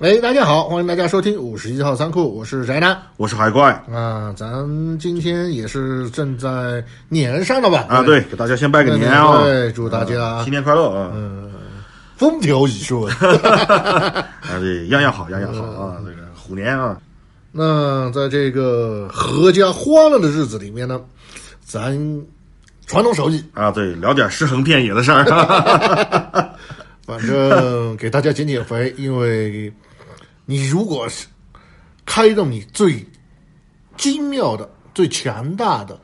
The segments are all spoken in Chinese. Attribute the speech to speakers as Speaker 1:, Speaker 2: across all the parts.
Speaker 1: 哎，大家好，欢迎大家收听五十一号仓库，我是宅男
Speaker 2: 我是海怪
Speaker 1: 啊。咱今天也是正在年上了吧？
Speaker 2: 啊，对，给大家先拜个年啊、
Speaker 1: 对，祝大家
Speaker 2: 新年快乐啊！嗯、
Speaker 1: 风调雨顺。
Speaker 2: 啊，对，样样好，样样好
Speaker 1: 嗯
Speaker 2: 啊！这个虎年啊，
Speaker 1: 那在这个阖家欢乐的日子里面呢，咱传统手艺，
Speaker 2: 啊，对，聊点尸横遍野的事儿啊。
Speaker 1: 反正给大家减减肥，因为你如果是开动你最精妙的、最强大的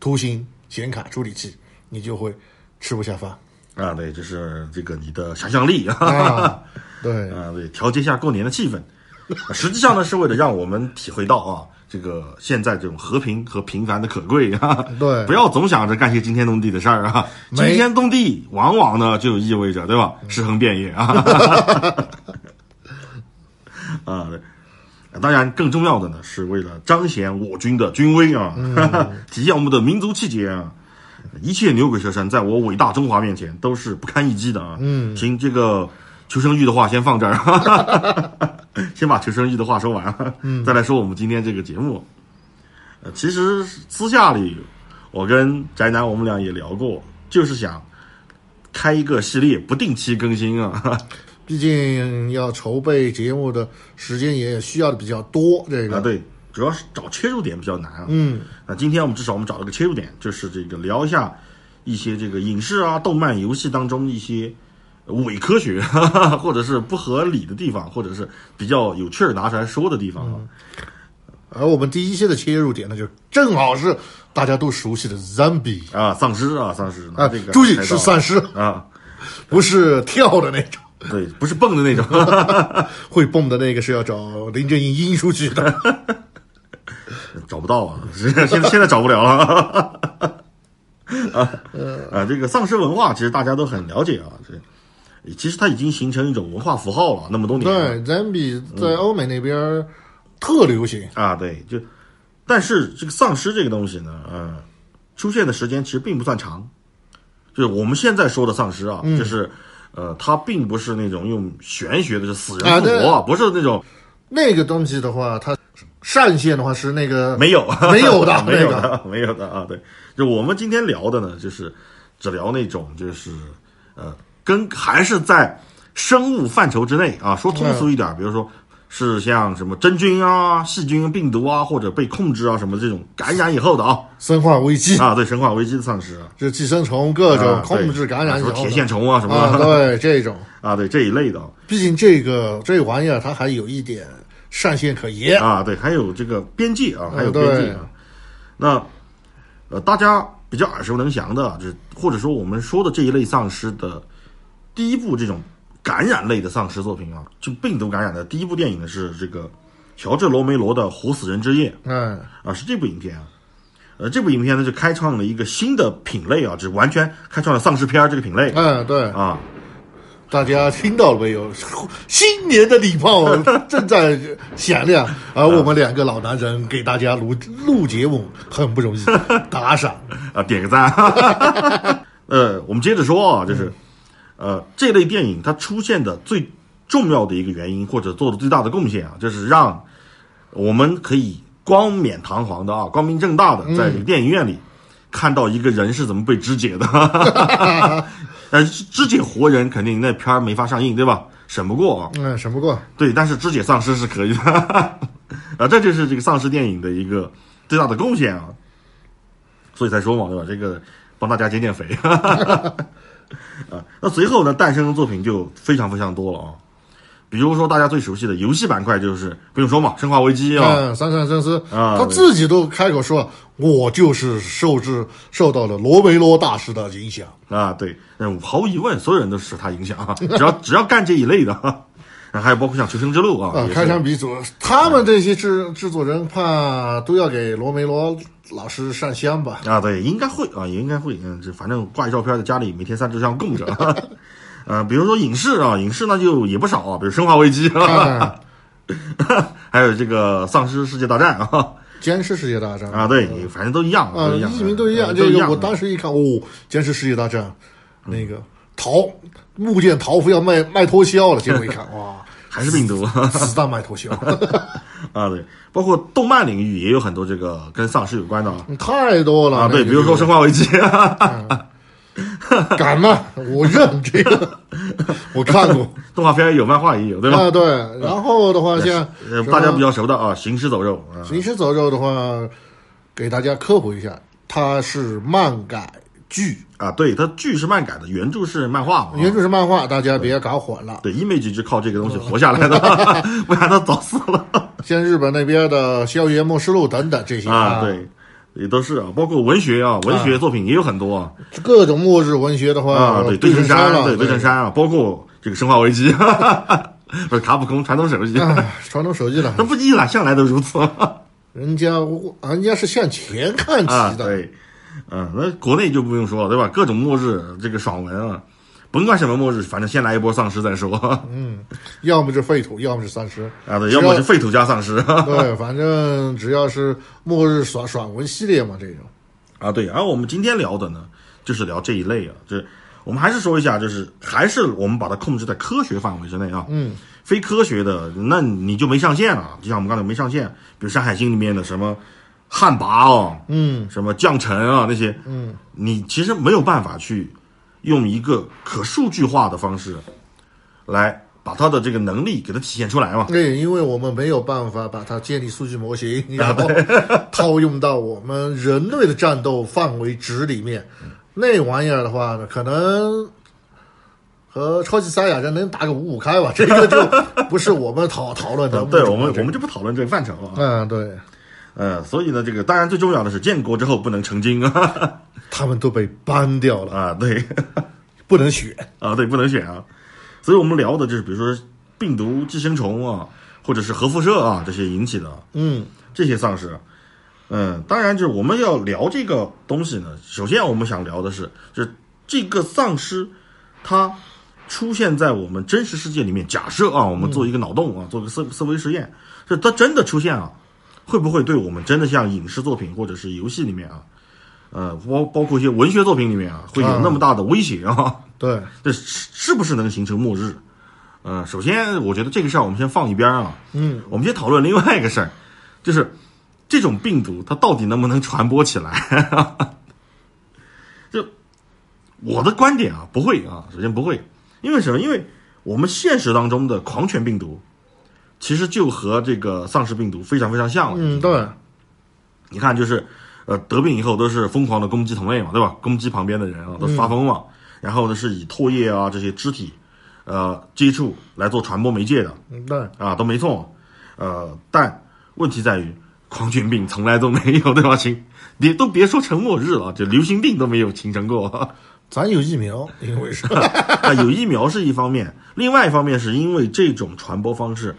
Speaker 1: 图形显卡处理器，你就会吃不下 饭
Speaker 2: 啊，对，就是这个你的想象力啊，
Speaker 1: 啊。对，
Speaker 2: 啊，对，调节一下过年的气氛。 实际上呢，是为了让我们体会到啊，这个现在这种和平和平凡的可贵啊。
Speaker 1: 对
Speaker 2: 不要总想着干些惊天动地的事儿啊，惊
Speaker 1: 没
Speaker 2: 天动地往往呢就意味着对吧，尸横遍野啊。 啊，对。当然，更重要的呢，是为了彰显我军的军威啊，
Speaker 1: 嗯
Speaker 2: 体现我们的民族气节啊。一切牛鬼蛇神，在我伟大中华面前都是不堪一击的啊。嗯，请这个求生欲的话先放这啊儿，先把求生欲的话说完，嗯，再来说我们今天这个节目。呃，其实私下里，我跟宅男我们俩也聊过，就是想开一个系列，不定期更新啊。
Speaker 1: 毕竟要筹备节目的时间也需要的比较多，这
Speaker 2: 啊，
Speaker 1: 个
Speaker 2: 对，主要是找切入点比较难啊。嗯，那今天我们至少我们找了个切入点，就是这个聊一下一些这个影视啊、动漫、游戏当中一些伪科学， 或者是不合理的地方，或者是比较有趣儿拿出来说的地方啊。
Speaker 1: 而我们第一期的切入点呢，就正好是大家都熟悉的 zombie
Speaker 2: 啊，丧尸啊，丧尸，
Speaker 1: 啊
Speaker 2: 那这个，
Speaker 1: 注意
Speaker 2: 太
Speaker 1: 是
Speaker 2: 到
Speaker 1: 丧尸，
Speaker 2: 了啊，
Speaker 1: 不是跳的那种，
Speaker 2: 对，不是蹦的那种。
Speaker 1: 会蹦的那个是要找林正英阴出去的。
Speaker 2: 找不到啊，现在现在找不了了。啊
Speaker 1: 呃
Speaker 2: 啊，这个丧尸文化其实大家都很了解啊，这其实它已经形成一种文化符号了，那么多年了
Speaker 1: 对，zombie
Speaker 2: 嗯
Speaker 1: 在欧美那边儿特流行，
Speaker 2: 啊，对，就但是这个丧尸这个东西呢，呃，出现的时间其实并不算长，就是我们现在说的丧尸啊，
Speaker 1: 嗯
Speaker 2: 就是呃，它并不是那种用玄学的，就死
Speaker 1: 啊
Speaker 2: 人复活，不是那种
Speaker 1: 那个东西的话，它上线的话是那个
Speaker 2: 没有
Speaker 1: 没有的
Speaker 2: 没有
Speaker 1: 那
Speaker 2: 的，没有的啊！对，就我们今天聊的呢，就是只聊那种就是呃，跟还是在生物范畴之内啊，说通俗一
Speaker 1: 嗯
Speaker 2: 点，比如说。是像什么真菌啊、细菌、病毒啊，或者被控制啊什么这种感染以后的啊
Speaker 1: 生化危机，
Speaker 2: 啊，对，生化危机的丧尸啊，
Speaker 1: 就寄生虫各种
Speaker 2: 啊
Speaker 1: 控制
Speaker 2: 对
Speaker 1: 感染
Speaker 2: 啊
Speaker 1: 以后
Speaker 2: 什么
Speaker 1: 的
Speaker 2: 铁线虫啊什么
Speaker 1: 啊，
Speaker 2: 的
Speaker 1: 对这种，
Speaker 2: 啊，对这一类的啊
Speaker 1: 毕竟这个这玩意儿它还有一点上限可言。
Speaker 2: 啊，对，还有这个边界啊，还有
Speaker 1: 对
Speaker 2: 边界啊。那呃，大家比较耳熟能详的，就是或者说我们说的这一类丧尸的第一部这种感染类的丧尸作品啊，就病毒感染的第一部电影呢是这个乔治·罗梅罗的《活死人之夜
Speaker 1: 嗯，》
Speaker 2: 啊，是这部影片啊。呃，这部影片呢就开创了一个新的品类啊，就完全开创了丧尸片儿这个品类
Speaker 1: 嗯，对，
Speaker 2: 啊。
Speaker 1: 大家听到了没有？新年的礼 炮正在响亮，
Speaker 2: 啊
Speaker 1: 而我们两个老男人给大家录录节目很不 容易，打赏。
Speaker 2: 啊，点个赞。 呃，我们接着说啊，就是，呃，这类电影它出现的最重要的一个原因，或者做的最大的贡献啊，就是让我们可以光冕堂皇的啊，光明正大的在这个电影院里看到一个人是怎么被肢解的。呃，肢解活人肯定那片儿没法上映，对吧？审不过啊。
Speaker 1: 嗯，什么过？
Speaker 2: 对，但是肢解丧尸是可以的， 啊，这就是这个丧尸电影的一个最大的贡献啊，所以才说嘛，对吧？这个帮大家减减肥， 啊，那随后呢，诞生的作品就非常非常多了啊，比如说大家最熟悉的游戏板块就是不用说嘛，《生化危机》啊，
Speaker 1: 嗯，三上真司，
Speaker 2: 啊
Speaker 1: 他自己都开口说，我就是受制受到了罗梅罗大师的影响。
Speaker 2: 啊，对，嗯，毫无疑问，所有人都受他影响啊，只要只要干这一类的，啊还有包括像《求生之路》啊，
Speaker 1: 啊
Speaker 2: 也，是
Speaker 1: 开山鼻祖，他们这些制制作人怕都要给罗梅罗老师上香 吧？
Speaker 2: 啊，对，应该会啊，也应该会，嗯，这反正挂一照片在家里，每天三支香供着。呃，比如说影视啊，影视那就也不少啊，比如《生化危机》啊，
Speaker 1: 啊，
Speaker 2: 还有这个《丧尸世界大战》啊，
Speaker 1: 僵尸世界大战
Speaker 2: 啊，对，反正都一样，
Speaker 1: 啊
Speaker 2: 都一，样，
Speaker 1: 一名都一样。
Speaker 2: 嗯
Speaker 1: 这
Speaker 2: 都一
Speaker 1: 个
Speaker 2: 样嗯
Speaker 1: 我当时一看，哦，僵尸世界大 战，那个陶木剑桃夫要卖卖脱销了，结果一看，哇，
Speaker 2: 还是病毒啊？
Speaker 1: 子弹买头 球，
Speaker 2: 对，包括动漫领域也有很多这个跟丧尸有关的啊。
Speaker 1: 太多了
Speaker 2: 啊，对，比如
Speaker 1: 嗯
Speaker 2: 说《生化危机》啊
Speaker 1: 敢吗？我认这 个，我看过
Speaker 2: 动画片也有，漫画也有，对吧？嗯
Speaker 1: 啊，对。然后的话，像
Speaker 2: 呃，大家比较熟的啊，《行尸走肉》啊，
Speaker 1: 行尸走肉的话，给大家科普一下，它是漫改剧，
Speaker 2: 啊，对，它剧是漫改的，原著是漫画嘛。
Speaker 1: 原著是漫画，大家别搞混了。
Speaker 2: 对，image 就靠这个东西活下来的，不然他早死了
Speaker 1: 像日本那边的《硝烟默示录》等等这些
Speaker 2: 啊。，对，也都是啊，包括文学啊，文学作品也有很多啊。
Speaker 1: 各种末日文学的话，
Speaker 2: 啊，对，
Speaker 1: 对
Speaker 2: 称
Speaker 1: 山了，
Speaker 2: 对，对称山啊，包括这个《生化危机》，不是卡普空传统手机，
Speaker 1: 哎传统手机了
Speaker 2: 那，不一来向来都如此啊。
Speaker 1: 人家人家是向前看齐的，
Speaker 2: 对，嗯，那国内就不用说了，对吧？各种末日这个爽文啊，甭管什么末日，反正先来一波丧尸再说
Speaker 1: 要么是废土，要么是丧尸
Speaker 2: 啊。对，要么是废土加丧尸
Speaker 1: 对，反正只要是末日爽爽文系列嘛，这种
Speaker 2: 啊。对，而我们今天聊的呢，就是聊这一类啊，这。我们还是说一下，就是还是我们把它控制在科学范围之内啊。嗯，非科学的那你就没上限啊，就像我们刚才没上限，比如《山海经》里面的什么旱魃哦，嗯，什么降尘啊那些，嗯，你其实没有办法去用一个可数据化的方式来把它的这个能力给它体现出来嘛。
Speaker 1: 对，因为我们没有办法把它建立数据模
Speaker 2: 啊
Speaker 1: 型，然后 套用到我们人类的战斗范围值里面。那玩意儿的话呢，可能和超级赛亚人能打个五五开吧，这个就不是我们讨讨论的。
Speaker 2: 啊对，我们我们就不讨论这个范畴啊。
Speaker 1: 嗯，对，
Speaker 2: 嗯，所以呢，这个当然最重要的是建国之后不能成精啊
Speaker 1: 他们都被 ban 掉了，
Speaker 2: 啊，对。
Speaker 1: 不能选。
Speaker 2: 啊，对，不能选啊。所以我们聊的就是，比如说病毒、寄生虫啊，或者是核辐射啊这些引起的，
Speaker 1: 嗯，
Speaker 2: 这些丧尸。啊嗯，当然就是我们要聊这个东西呢，首先我们想聊的是，就是这个丧尸它出现在我们真实世界里面。假设啊，我们做一个脑洞啊，做个思思维实验，就它真的出现啊，会不会对我们真的像影视作品或者是游戏里面啊，呃，包包括一些文学作品里面啊，会有那么大的威胁啊
Speaker 1: 对，
Speaker 2: 这是是不是能形成末日？嗯、首先我觉得这个事儿我们先放一边儿啊，嗯，我们先讨论另外一个事儿，就是这种病毒它到底能不能传播起来？ 就我的观点啊，不会啊，首先不会，因为什么？因为我们现实当中的狂犬病毒，其实就和这个丧尸病毒非常非常像了。
Speaker 1: 嗯，对，
Speaker 2: 你看，就是呃，得病以后都是疯狂的攻击同类嘛，对吧？攻击旁边的人啊，都是发疯嘛。然后呢，是以唾液啊这些肢体呃接触来做传播媒介的
Speaker 1: 嗯对，
Speaker 2: 啊，都没错。呃，但问题在于，狂犬病从来都没有，对吧？亲，别都别说成末日了，就流行病都没有形成过。
Speaker 1: 咱有疫苗，因为是
Speaker 2: 啊，有疫苗是一方面，另外一方面是因为这种传播方式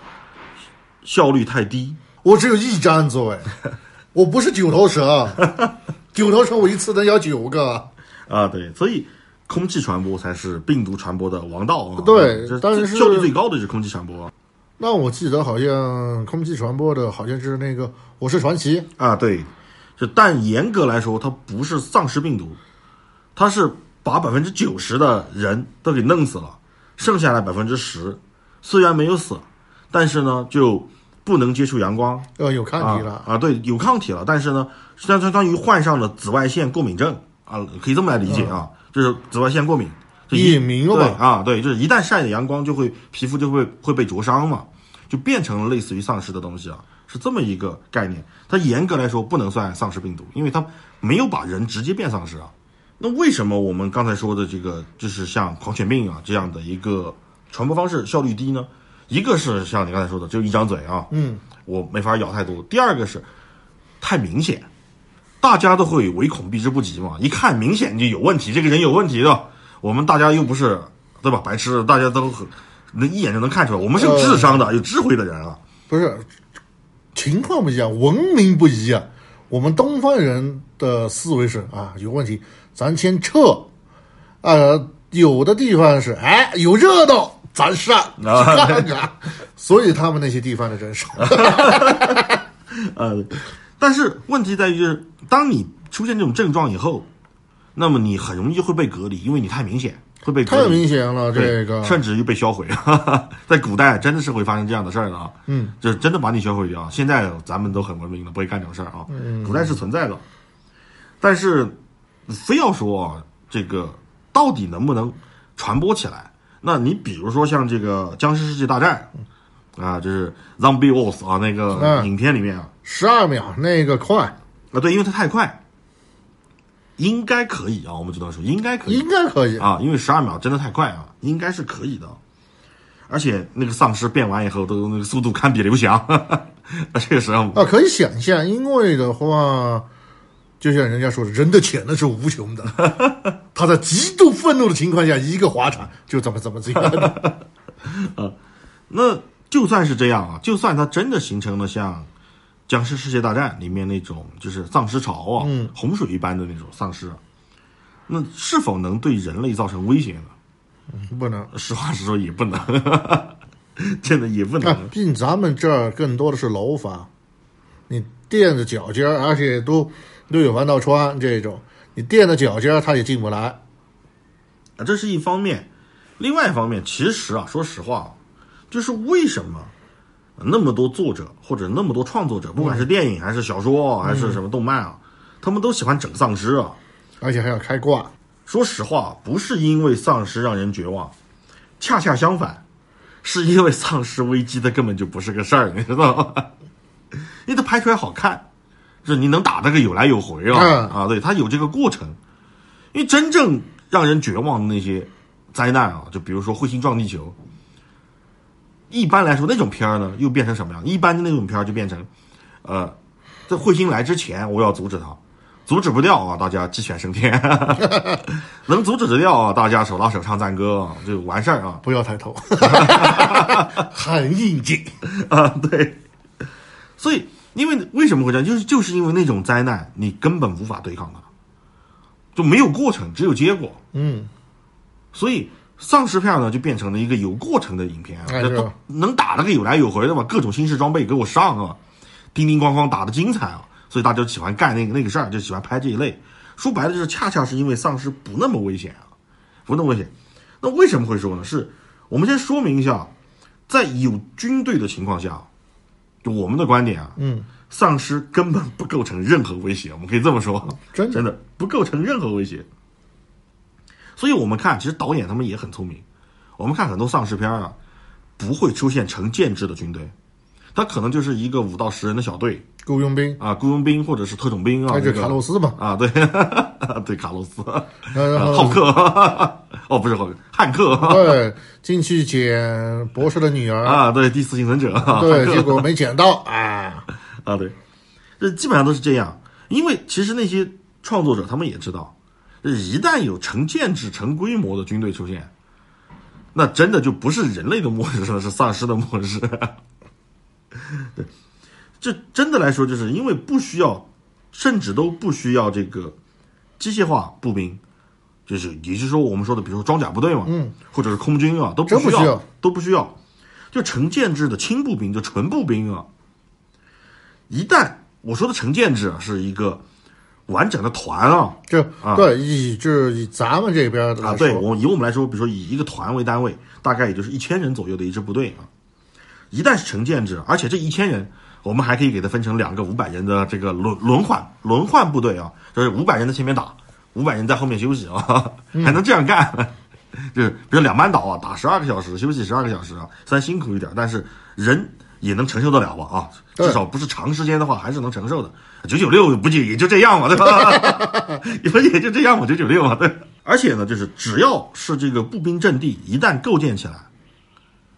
Speaker 2: 效率太低，
Speaker 1: 我只有一张嘴，我不是九头蛇，九头蛇我一次能咬九个。
Speaker 2: 啊，对，所以空气传播才是病毒传播的王道啊。
Speaker 1: 对
Speaker 2: 这
Speaker 1: 但
Speaker 2: 这
Speaker 1: 是
Speaker 2: 效率最高的就是空气传播啊
Speaker 1: 那我记得好像空气传播的好像是那个《我是传奇》，
Speaker 2: 啊。对，就但严格来说，它不是丧尸病毒，它是把百分之九十的人都给弄死了，剩下的百分之十虽然没有死，但是呢就不能接触阳光
Speaker 1: 呃，有抗体了。
Speaker 2: 啊啊，对，有抗体了，但是呢，相相当于患上了紫外线过敏症啊，可以这么来理解啊，
Speaker 1: 嗯
Speaker 2: 就是紫外线过敏，就一
Speaker 1: 眼明了吧
Speaker 2: 对啊，对，就是一旦晒着阳光，就会皮肤就会会被灼伤嘛，就变成了类似于丧尸的东西啊，是这么一个概念。它严格来说不能算丧尸病毒，因为它没有把人直接变丧尸啊。那为什么我们刚才说的这个，就是像狂犬病啊这样的一个传播方式效率低呢？一个是像你刚才说的，只有一张嘴啊，嗯，我没法咬太多。第二个是太明显，大家都会唯恐避之不及嘛，一看明显就有问题，这个人有问题的，我们大家又不是对吧？白痴，大家都很能一眼就能看出来，我们是
Speaker 1: 呃
Speaker 2: 有智商的、有智慧的人啊。
Speaker 1: 不是，情况不一样，文明不一样。我们东方人的思维是啊，有问题咱先撤。呃，有的地方是哎有热闹，咱 上去
Speaker 2: 啊
Speaker 1: 看看。所以他们那些地方的人 少。
Speaker 2: 呃，但是问题在于，就是当你出现这种症状以后，那么你很容易就会被隔离，因为你太明显。会被
Speaker 1: 太
Speaker 2: 隔离
Speaker 1: 明显了，这
Speaker 2: 对
Speaker 1: 个
Speaker 2: 甚至于被销毁。 哈哈，在古代真的是会发生这样的事儿的啊，嗯，就是真的把你销毁掉。现在咱们都很文明了，不会干这种事儿
Speaker 1: 嗯
Speaker 2: 啊。古代是存在的，但是非要说啊，这个到底能不能传播起来？那你比如说像这个《僵尸世界大战》啊，就是 Zombie Wars 啊，那个
Speaker 1: 嗯
Speaker 2: 影片里面啊，
Speaker 1: 十二秒那个快，
Speaker 2: 啊对，因为它太快，应该可以啊，我们只能说应该可以。
Speaker 1: 应该可以。
Speaker 2: 啊，因为十二秒真的太快啊，应该是可以的。而且那个丧尸变完以后，都那个速度堪比刘翔。 那这个时候，
Speaker 1: 啊，可以想象，因为的话，就像人家说的，人的潜能是无穷的。他在极度愤怒的情况下，一个滑铲就怎么怎么怎样的。
Speaker 2: 那就算是这样啊，就算它真的形成了像《僵尸世界大战》里面那种就是丧尸潮啊，洪水一般的那种丧尸啊，那是否能对人类造成威胁呢？
Speaker 1: 不能
Speaker 2: 实话实说，也不能， 真的也不能。
Speaker 1: 啊，毕竟咱们这儿更多的是楼房，你垫着脚尖儿，而且都都有防盗窗这种，你垫着脚尖儿，他也进不来。
Speaker 2: 啊，这是一方面。另外一方面，其实啊，说实话啊，就是为什么那么多作者或者那么多创作者，不管是电影还是小说还是什么动漫啊，他们都喜欢整丧尸啊。
Speaker 1: 而且还要开挂，
Speaker 2: 说实话，不是因为丧尸让人绝望，恰恰相反，是因为丧尸危机它根本就不是个事儿，你知道吗？因为它拍出来好看，就是你能打这个有来有回啊、
Speaker 1: 嗯
Speaker 2: 啊，对，它有这个过程。因为真正让人绝望的那些灾难啊，就比如说彗星撞地球，一般来说那种片儿呢，又变成什么样？一般的那种片儿就变成，呃，在彗星来之前，我要阻止它，阻止不掉啊，大家鸡犬升天；能阻止得掉啊，大家手拉手唱赞歌啊，就完事儿啊。
Speaker 1: 不要抬头，很应景。
Speaker 2: 啊，对。所以，因为为什么会这样？就是就是因为那种灾难，你根本无法对抗它，就没有过程，只有结果。
Speaker 1: 嗯，
Speaker 2: 所以丧尸片呢，就变成了一个有过程的影片啊，
Speaker 1: 哎
Speaker 2: 这
Speaker 1: 是
Speaker 2: 都
Speaker 1: 吧
Speaker 2: 能打那个有来有回的嘛，各种新式装备给我上啊，叮叮咣咣打的精彩啊，所以大家就喜欢干那个那个事儿，就喜欢拍这一类。说白了，就是恰恰是因为丧尸不那么危险啊，不那么危险。那为什么会说呢？是我们先说明一下，在有军队的情况下，就我们的观点啊，嗯，丧尸根本不构成任何威胁，我们可以这么说，
Speaker 1: 真的
Speaker 2: 真的不构成任何威胁。所以我们看，其实导演他们也很聪明。我们看很多丧尸片啊，不会出现成建制的军队，他可能就是一个五到十人的小队
Speaker 1: 雇佣兵，
Speaker 2: 啊，雇佣兵或者是特种兵啊，
Speaker 1: 那就
Speaker 2: 这个
Speaker 1: 卡洛斯嗯嘛，
Speaker 2: 啊，对，对 卡洛斯，
Speaker 1: 然
Speaker 2: 浩
Speaker 1: 后
Speaker 2: 克， 哦，不是浩克，汉 克
Speaker 1: 对进去捡博士的女儿，
Speaker 2: 啊，对，第四幸存者，
Speaker 1: 对，结果没捡到啊。
Speaker 2: 啊，对，这基本上都是这样。因为其实那些创作者他们也知道，一旦有成建制、成规模的军队出现，那真的就不是人类的末日了，是丧尸的末 日。对，这真的来说，就是因为不需要，甚至都不需要这个机械化步兵。就是，也就是说，我们说的，比如说装甲部队嘛，嗯，或者是空军啊，都不
Speaker 1: 真不
Speaker 2: 需要，
Speaker 1: 需要
Speaker 2: 都不需要，就成建制的轻步兵，就纯步兵啊，一旦我说的成建制啊，是一个完整的团啊
Speaker 1: 就对，以就是以咱们这边的
Speaker 2: 啊，
Speaker 1: 来
Speaker 2: 对
Speaker 1: 说，
Speaker 2: 我以我们来说，比如说以一个团为单位，大概也就是一千人左右的一支部队啊。一旦是成建制，而且这一千人，我们还可以给它分成两个五百人的这个轮轮换轮换部队啊，就是五百人在前面打，五百人在后面休息啊， 还能这样干。就是比如两班倒啊，打十二个小时，休息十二个小时啊，虽然辛苦一点，但是人也能承受得了吧啊，
Speaker 1: 对
Speaker 2: 至少不是长时间的话还是能承受的。九九六不就也就这样嘛，对吧？ 也不也就这样嘛，九九六嘛，对。而且呢，就是只要是这个步兵阵地一旦构建起来，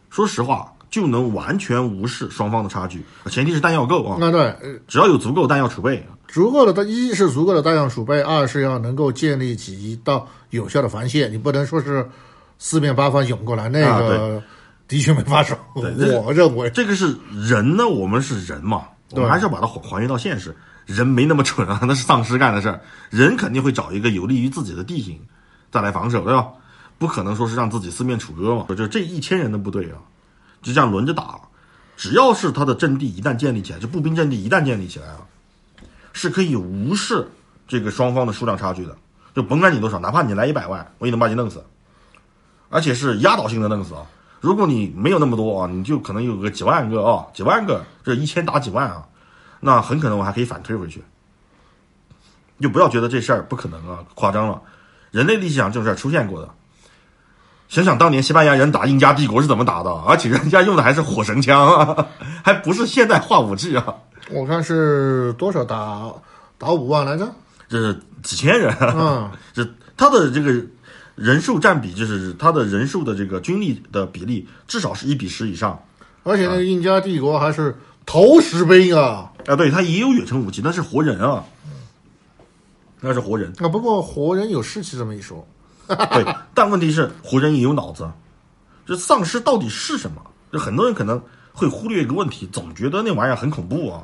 Speaker 2: 说实话就能完全无视双方的差距，前提是弹药够啊，
Speaker 1: 那对，呃
Speaker 2: 只要有足够弹药储备，啊
Speaker 1: 足够的弹，一是足够的弹药储备，二是要能够建立起一道有效的防线。你不能说是四面八方涌过来，那
Speaker 2: 啊
Speaker 1: 个的确没发生。
Speaker 2: 这
Speaker 1: 我认为
Speaker 2: 这个是人呢，我们是人嘛，我们还是要把它还还原到现实。人没那么蠢啊，那是丧尸干的事儿。人肯定会找一个有利于自己的地形，再来防守，对吧？不可能说是让自己四面楚歌嘛。就这一千人的部队啊，就这样轮着打。只要是他的阵地一旦建立起来，就步兵阵地一旦建立起来啊，是可以无视这个双方的数量差距的。就甭管你多少，哪怕你来一百万，我也能把你弄死。而且是压倒性的弄死啊！如果你没有那么多啊，你就可能有个几万个啊，几万个，这一千打几万啊，那很可能我还可以反推回去。你就不要觉得这事儿不可能啊，夸张了。人类历史上这种事儿出现过的。想想当年西班牙人打印加帝国是怎么打的，而且人家用的还是火绳枪啊， 还不是现代化武器啊，
Speaker 1: 我看是多少打打五万来 着？
Speaker 2: 这是几千人 啊，
Speaker 1: 嗯，
Speaker 2: 这他的这个人数占比，就是他的人数的这个军力的比例，至少是一比十以上。
Speaker 1: 而且那个印加帝国还是投石兵啊。
Speaker 2: 啊，对，他也有远程武器，那是活人啊，那是活人。
Speaker 1: 啊，不过活人有士气这么一说，
Speaker 2: 对，但问题是活人也有脑子，这丧尸到底是什么？就很多人可能会忽略一个问题，总觉得那玩意儿很恐怖啊。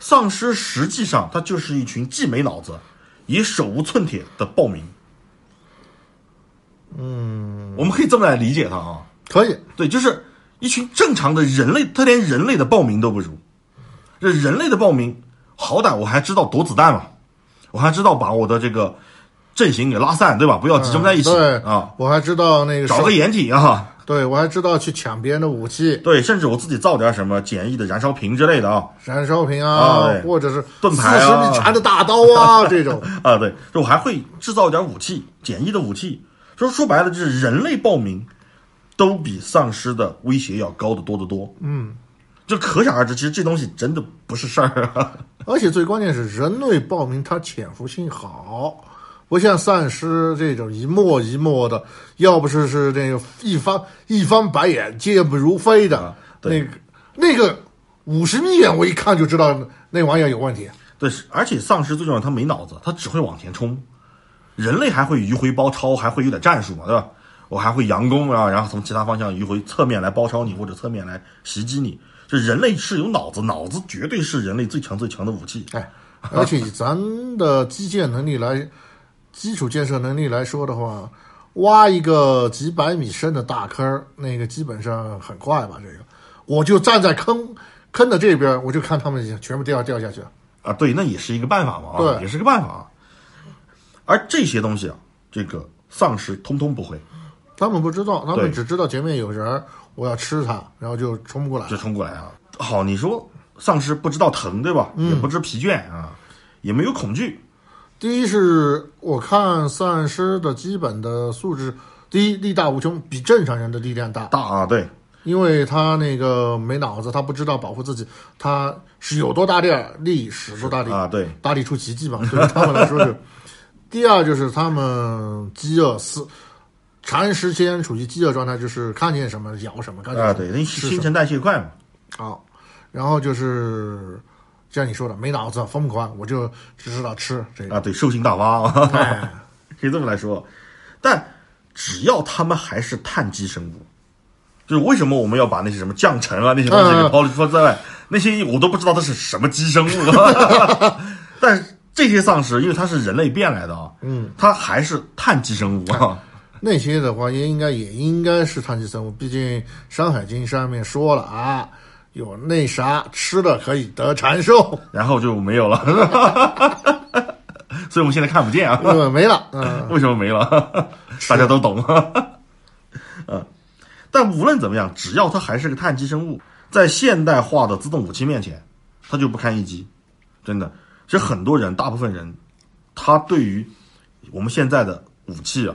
Speaker 2: 丧尸实际上它就是一群既没脑子，也手无寸铁的暴民。嗯，我们可以这么来理解它啊。
Speaker 1: 可以，
Speaker 2: 对，就是一群正常的人类，他连人类的暴民都不如。这人类的暴民，好歹我还知道躲子弹嘛，我还知道把我的这个阵型给拉散，对吧？不要集中在一起、
Speaker 1: 嗯对
Speaker 2: 啊，，
Speaker 1: 我还知道那个
Speaker 2: 找个掩体啊。
Speaker 1: 对我还知道去抢别人的武器，
Speaker 2: 对，甚至我自己造点什么简易的燃烧瓶之类的啊
Speaker 1: 燃烧瓶
Speaker 2: 啊
Speaker 1: 啊
Speaker 2: 对，
Speaker 1: 或者是
Speaker 2: 盾牌
Speaker 1: 四十
Speaker 2: 啊
Speaker 1: 米长的大刀啊，这种
Speaker 2: 啊，对，就我还会制造点武器，简易的武器。说说白了，就是人类暴民都比丧尸的威胁要高得多得多。嗯，就可想而知，其实这东西真的不是事儿啊。
Speaker 1: 而且最关键是，人类暴民它潜伏性好，不像丧尸这种一幕一幕的，要不是是那个一翻一翻白眼箭步如飞
Speaker 2: 啊
Speaker 1: 的，那个那个五十米远，我一看就知道那玩意儿有问题。
Speaker 2: 对，而且丧尸最重要，它没脑子，它只会往前冲。人类还会迂回包抄，还会有点战术嘛，对吧？我还会佯攻啊，然后从其他方向迂回侧面来包抄你，或者侧面来袭击你。这人类是有脑子，脑子绝对是人类最强最强的武器。
Speaker 1: 哎，而且以咱的基建能力来、基础建设能力来说的话，挖一个几百米深的大坑儿，那个基本上很快吧。这个，我就站在坑坑的这边儿，我就看他们全部掉掉下去了。
Speaker 2: 啊，对，那也是一个办法嘛，啊，
Speaker 1: 对
Speaker 2: 也是个办法啊。而这些东西啊，这个丧尸通通不会，
Speaker 1: 他们不知道，他
Speaker 2: 对
Speaker 1: 们只知道前面有人儿，我要吃它，然后就冲过来
Speaker 2: 就。冲过来啊。好，你说丧尸不知道疼，对吧？
Speaker 1: 嗯
Speaker 2: 也不知疲倦啊，也没有恐惧，
Speaker 1: 第一是我看丧尸的基本的素质，第一力大无穷，比正常人的力量大，
Speaker 2: 大啊，对，
Speaker 1: 因为他那个没脑子，他不知道保护自己，他是有多大力儿力使多大力，
Speaker 2: 啊，对，
Speaker 1: 大力出奇 迹嘛，对于他们来说是。第二就是他们饥饿思，长时间处于饥饿状态，就是看见什么咬什么，看见
Speaker 2: 啊，
Speaker 1: 什么
Speaker 2: 对，那
Speaker 1: 是
Speaker 2: 新陈代谢快嘛，
Speaker 1: 好，然后就是像你说的，没脑子，疯狂，我就只知道吃这 个。
Speaker 2: 啊，对，兽性大发啊，
Speaker 1: 哎，
Speaker 2: 可以这么来说。但只要他们还是碳基生物，就是为什么我们要把那些什么降尘啊那些东西
Speaker 1: 嗯
Speaker 2: 给
Speaker 1: 嗯
Speaker 2: 抛抛在外，那些我都不知道它是什么基生物 啊。但这些丧尸，因为它是人类变来的啊，嗯，它还是碳基生物啊。
Speaker 1: 那些的话也应该也应该是碳基生物，毕竟《山海经》上面说了啊，有那啥吃的可以得长 寿，
Speaker 2: 然后就没有了， 所以我们现在看不见啊。
Speaker 1: 呃，没了。嗯，
Speaker 2: 为什么没了？ 大家都懂。嗯，但无论怎么样，只要它还是个碳基生物，在现代化的自动武器面前，它就不堪一击。真的，其实很多人，大部分人，他对于我们现在的武器啊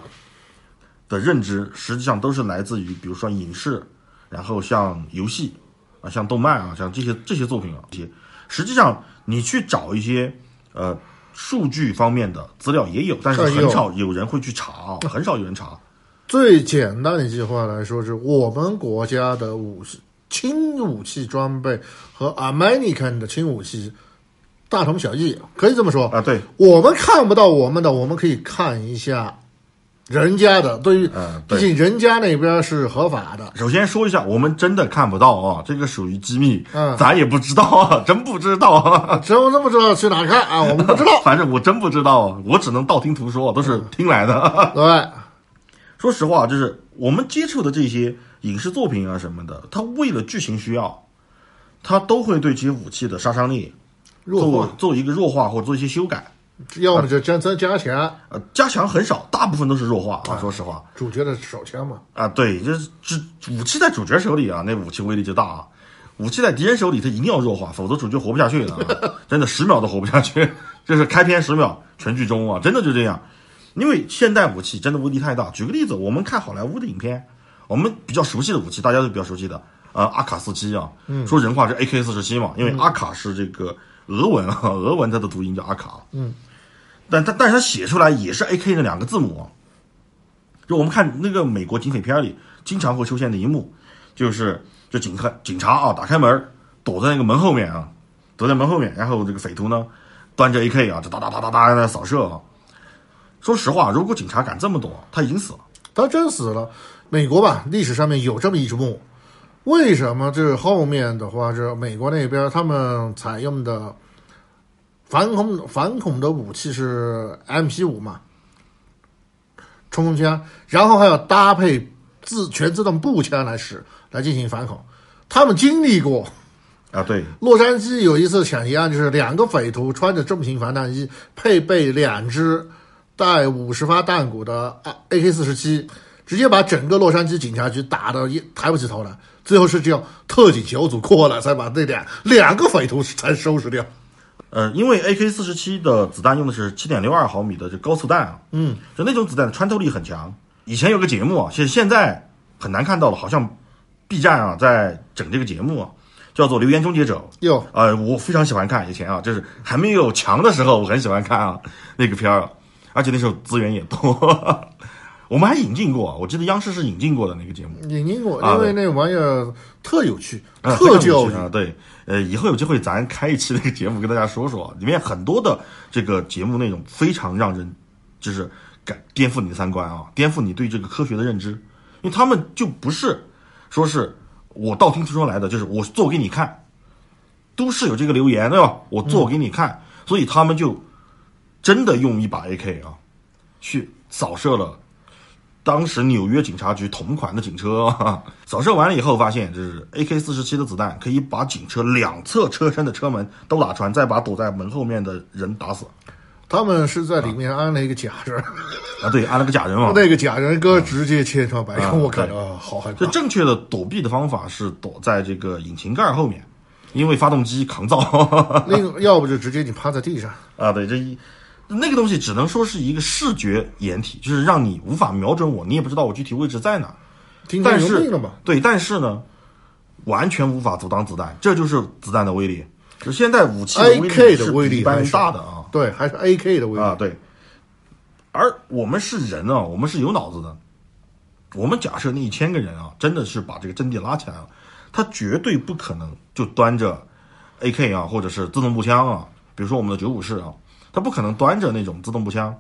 Speaker 2: 的认知，实际上都是来自于比如说影视，然后像游戏啊，像动漫啊，像这些这些作品啊，这些实际上你去找一些呃数据方面的资料也有，但是
Speaker 1: 哎
Speaker 2: 很
Speaker 1: 有
Speaker 2: 少有人会去查啊，很少有人查。
Speaker 1: 最简单的一句话来说，是我们国家的武器轻武器装备和 American 的轻武器大同小异，可以这么说
Speaker 2: 啊，对，
Speaker 1: 我们看不到我们的，我们可以看一下人家的。对于，
Speaker 2: 嗯对
Speaker 1: 毕竟人家那边是合法的。
Speaker 2: 首先说一下，我们真的看不到啊，这个属于机密，
Speaker 1: 嗯
Speaker 2: 咱也不知道啊， 真不知道啊，
Speaker 1: 只有这么知道去哪看啊？我们不知道。
Speaker 2: 反正我真不知道啊，我只能道听途说，都是听来的。
Speaker 1: 对，
Speaker 2: 说实话，就是我们接触的这些影视作品啊什么的，它为了剧情需要，它都会对这些武器的杀伤力
Speaker 1: 弱
Speaker 2: 做
Speaker 1: 化
Speaker 2: 做一个弱化或者做一些修改。
Speaker 1: 要么就加咱加钱，
Speaker 2: 呃，加强很少，大部分都是弱化啊。说实话
Speaker 1: 主角的手枪嘛，
Speaker 2: 啊，对，就是主武器在主角手里啊，那武器威力就大啊。武器在敌人手里，它一定要弱化，否则主角活不下去的啊，真的十秒都活不下去。 就是开篇十秒全剧终啊，真的就这样。因为现代武器真的威力太大。举个例子，我们看好莱坞的影片，我们比较熟悉的武器，大家都比较熟悉的，呃，阿卡四七啊，说人话是 AK 四十七嘛，因为阿卡是这个俄文啊， 俄文它的读音叫阿卡，嗯，但它但是它写出来也是 AK 的两个字母啊。就我们看那个美国警匪片里，经常会出现的一幕，就是就警看警察啊，打开门，躲在那个门后面啊，躲在门后面，然后这个匪徒呢，端着 AK 啊，就哒哒哒哒哒在扫射啊。说实话，如果警察敢这么躲，他已经死了。
Speaker 1: 他真死了。美国吧，历史上面有这么一幕，为什么这后面的话是美国那边他们采用的反恐反恐的武器是 MP 五嘛，冲锋枪，然后还要搭配自全自动步枪来使来进行反恐。他们经历过，
Speaker 2: 啊，对，
Speaker 1: 洛杉矶有一次抢劫案，就是两个匪徒穿着重型防弹衣，配备两支带五十发弹鼓的 AK 四十七，直接把整个洛杉矶警察局打得一抬不起头来。最后是这样，特警小组过来才把那两两个匪徒才收拾掉。
Speaker 2: 呃，因为 AK 四十七的子弹用的是七点六二毫米的这高速弹啊，嗯，就那种子弹穿透力很强。以前有个节目啊，现现在很难看到了，好像 B 站啊在整这个节目啊，叫做《留言终结者》。
Speaker 1: 哟，
Speaker 2: 呃，我非常喜欢看以前啊，就是还没有强的时候，我很喜欢看啊那个片儿啊，而且那时候资源也多。 我们还引进过，我记得央视是引进过的那个节目，
Speaker 1: 你英国因为那玩意儿特有 趣，
Speaker 2: 啊
Speaker 1: 特教育。
Speaker 2: 啊，对，呃，以后有机会咱开一期那个节目跟大家说说，啊里面很多的这个节目内容非常让人就是改颠覆你的三观啊，颠覆你对这个科学的认知，因为他们就不是说是我道听途说来的，就是我做给你看，都市有这个留言对吧？我
Speaker 1: 嗯
Speaker 2: 做给你看，所以他们就真的用一把 AK 啊去扫射了。当时纽约警察局同款的警车、 啊，扫射完了以后，发现就是 AK 四十七的子弹可以把警车两侧车身的车门都打穿，再把躲在门后面的人打死。
Speaker 1: 他们是在里面安了一个假人，
Speaker 2: 啊，对，安了个假人 嘛。
Speaker 1: 那个假人哥直接千疮百孔，
Speaker 2: 嗯
Speaker 1: 我看
Speaker 2: 对
Speaker 1: 啊，好害
Speaker 2: 这
Speaker 1: 怕。
Speaker 2: 正确的躲避的方法是躲在这个引擎盖后面，因为发动机抗造。
Speaker 1: 另要不就直接你趴在地上，
Speaker 2: 啊，对，这一那个东西只能说是一个视觉掩体，就是让你无法瞄准我，你也不知道我具体位置在哪。
Speaker 1: 听
Speaker 2: 但
Speaker 1: 天由
Speaker 2: 是
Speaker 1: 命了嘛。
Speaker 2: 对，但是呢，完全无法阻挡子弹，这就是子弹的威力。就现在武器
Speaker 1: AK
Speaker 2: 的
Speaker 1: 的
Speaker 2: 威
Speaker 1: 威力
Speaker 2: 力是比一般
Speaker 1: 还
Speaker 2: 人
Speaker 1: 是
Speaker 2: 大的啊
Speaker 1: 对，还是 AK 的威力。
Speaker 2: 啊，对。而我们是人啊，我们是有脑子的。我们假设那一千个人啊，真的是把这个阵地拉起来了，他绝对不可能就端着 AK 啊，或者是自动步枪啊，比如说我们的九五式啊，他不可能端着那种自动步枪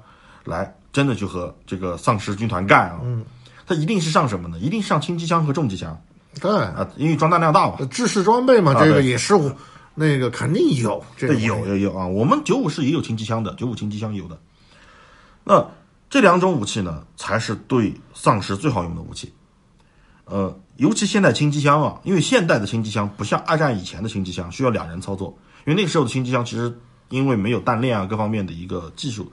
Speaker 2: 来真的去和这个丧尸军团干啊。嗯，他一定是上什么呢？一定上轻机枪和重机枪。
Speaker 1: 对，呃
Speaker 2: 啊，因为装弹量大嘛。
Speaker 1: 制式装备嘛，
Speaker 2: 啊
Speaker 1: 这个
Speaker 2: 对
Speaker 1: 也是我那个肯定有，这个
Speaker 2: 对，有有有啊，我们九五式也有轻机枪的，九五轻机枪有的。那这两种武器呢，才是对丧尸最好用的武器。呃，尤其现代轻机枪啊，因为现代的轻机枪不像二战以前的轻机枪需要两人操作，因为那个时候的轻机枪其实因为没有弹链啊各方面的一个技术，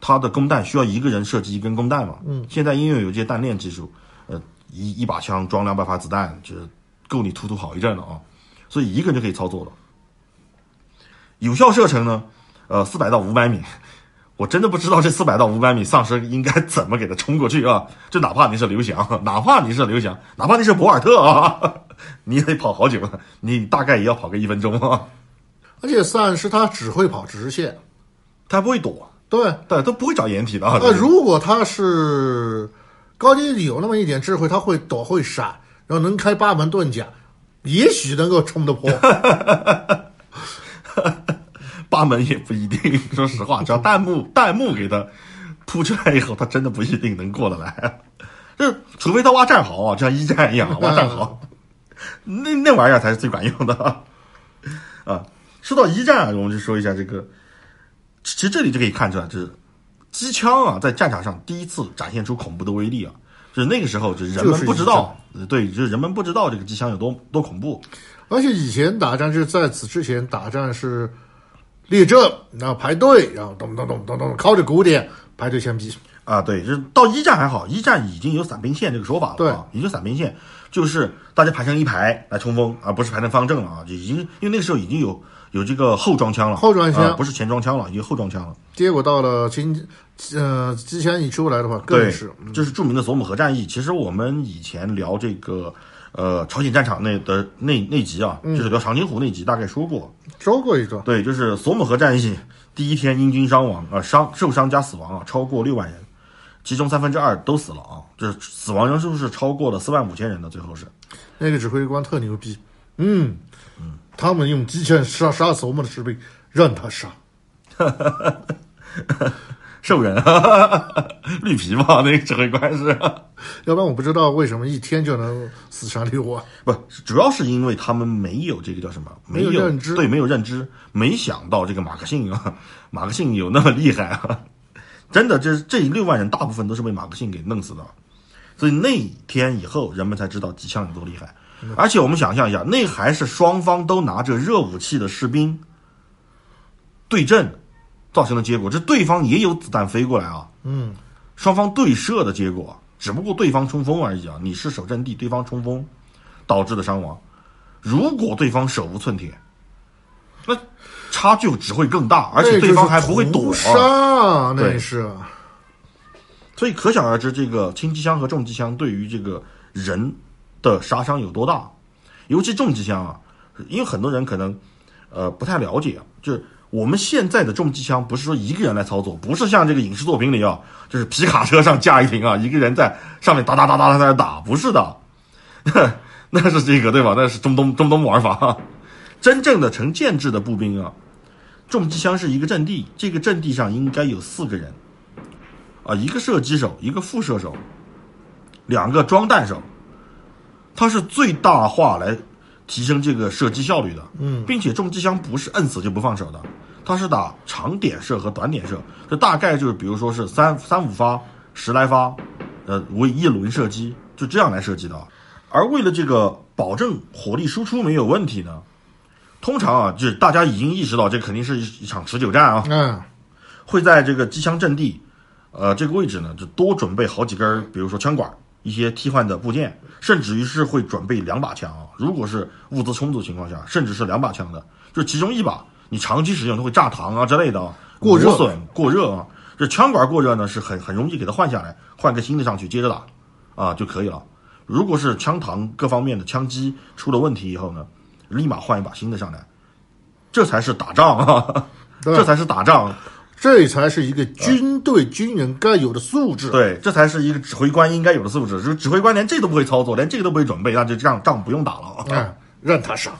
Speaker 2: 它的弓弹需要一个人射击一根弓弹嘛。嗯，现在因为有这些弹链技术，呃，一一把枪装两百发子弹，就是够你突突好一阵了啊，所以一个人就可以操作了。有效射程呢，呃，四百到五百米。我真的不知道这四百到五百米丧尸应该怎么给它冲过去啊！就哪怕你是刘翔，哪怕你是刘翔，哪怕你是博尔特啊，你也得跑好久了，你大概也要跑个一分钟啊。
Speaker 1: 而且丧尸它只会跑直线，
Speaker 2: 他不会躲，
Speaker 1: 对。
Speaker 2: 对，都不会找掩体的啊。
Speaker 1: 那如果它是高阶有那么一点智慧，它会躲会闪，然后能开八门遁甲，也许能够冲得 破。
Speaker 2: 八门也不一定。 说实话，只要弹幕弹幕给他铺出来以后，他真的不一定能过得来。就是除非他挖战壕啊，就像一战一样挖战壕， 那那玩意儿才是最管用的啊。说到一战啊，我们就说一下这个，其实这里就可以看出来，就是机枪啊，在战场上第一次展现出恐怖的威力啊。就是那个时候，就是人们
Speaker 1: 就是
Speaker 2: 不知
Speaker 1: 一
Speaker 2: 道，对，就是人们不知道这个机枪有多多恐怖。
Speaker 1: 而且以前打仗就是在此之前打仗是列阵，然后排队，然后咚咚咚咚咚，靠着鼓点排队相逼。
Speaker 2: 啊，对，就是到一战还好，一战已经有散兵线这个说法了，
Speaker 1: 对
Speaker 2: 啊，已经散兵线，就是大家排成一排来冲锋，而、不是排成方阵了啊，就已经因为那个时候已经有有这个后装枪了，
Speaker 1: 后装枪
Speaker 2: 啊不是前装枪了，已经后装枪了，
Speaker 1: 结果到了秦，呃，之前一出来的话，更
Speaker 2: 对，
Speaker 1: 是嗯
Speaker 2: 就是著名的索姆河战役。其实我们以前聊这个呃朝鲜战场那的那那集啊，
Speaker 1: 嗯
Speaker 2: 就是聊长津湖那集，大概说过，
Speaker 1: 收过一个，
Speaker 2: 对，就是索姆河战役第一天，英军伤亡啊、呃伤受伤加死亡啊，超过六万人，其中三分之二都死了啊，就是死亡人数是超过了四万五千人的，最后是
Speaker 1: 那个指挥官特牛逼，嗯，他们用机枪杀杀死我们的士兵，让他杀，
Speaker 2: 兽人， 哈哈哈哈绿皮嘛，那个指挥官是，
Speaker 1: 要不然我不知道为什么一天就能死伤六万。
Speaker 2: 不，主要是因为他们没有这个叫什么，
Speaker 1: 没有
Speaker 2: 有
Speaker 1: 认知
Speaker 2: 对，没有认知，没想到这个马克沁啊， 马克沁有那么厉害啊， 真的，这这六万人大部分都是被马克沁给弄死的，所以那天以后，人们才知道机枪有多厉害。
Speaker 1: 嗯
Speaker 2: 而且我们想象一下，那还是双方都拿着热武器的士兵对阵造成的结果，这对方也有子弹飞过来啊，
Speaker 1: 嗯，
Speaker 2: 双方对射的结果，只不过对方冲锋而已啊，你是守阵地，对方冲锋导致的伤亡。如果对方手无寸铁，那差距只会更大，而且对方还不会
Speaker 1: 那就，是
Speaker 2: 躲啊
Speaker 1: 屠杀，那
Speaker 2: 对
Speaker 1: 是啊
Speaker 2: 所以可想而知，这个轻机枪和重机枪对于这个人的杀伤有多大。尤其重机枪啊，因为很多人可能呃不太了解啊，就是我们现在的重机枪不是说一个人来操作，不是像这个影视作品里啊，就是皮卡车上架一停啊，一个人在上面哒哒哒哒哒在那打，不是的， 那是这个对吧？那是中东中东玩法。 真正的成建制的步兵啊，重机枪是一个阵地，这个阵地上应该有四个人，啊，一个射击手，一个副射手，两个装弹手，它是最大化来提升这个射击效率的。嗯，并且重机枪不是摁死就不放手的，它是打长点射和短点射，这大概就是比如说是三三五发、十来发，呃，为一轮射击，就这样来射击的啊。而为了这个保证火力输出没有问题呢，通常啊，就是大家已经意识到这肯定是一一场持久战啊，
Speaker 1: 嗯，
Speaker 2: 会在这个机枪阵地，呃，这个位置呢，就多准备好几根儿，比如说枪管，一些替换的部件，甚至于是会准备两把枪啊。如果是物资充足情况下，甚至是两把枪的，就其中一把你长期使用，它会炸膛啊之类的啊，
Speaker 1: 过热
Speaker 2: 磨损过热啊。这枪管过热呢，是很很容易给它换下来，换个新的上去接着打啊就可以了。如果是枪膛各方面的枪机出了问题以后呢，立马换一把新的上来，这才是打仗啊，
Speaker 1: 对
Speaker 2: 这才是打仗。
Speaker 1: 这才是一个军队军人该有的素质。
Speaker 2: 对，这才是一个指挥官应该有的素质。就是指挥官连这都不会操作，连这个都不会准备，那就这样仗不用打了。
Speaker 1: 嗯，让他杀，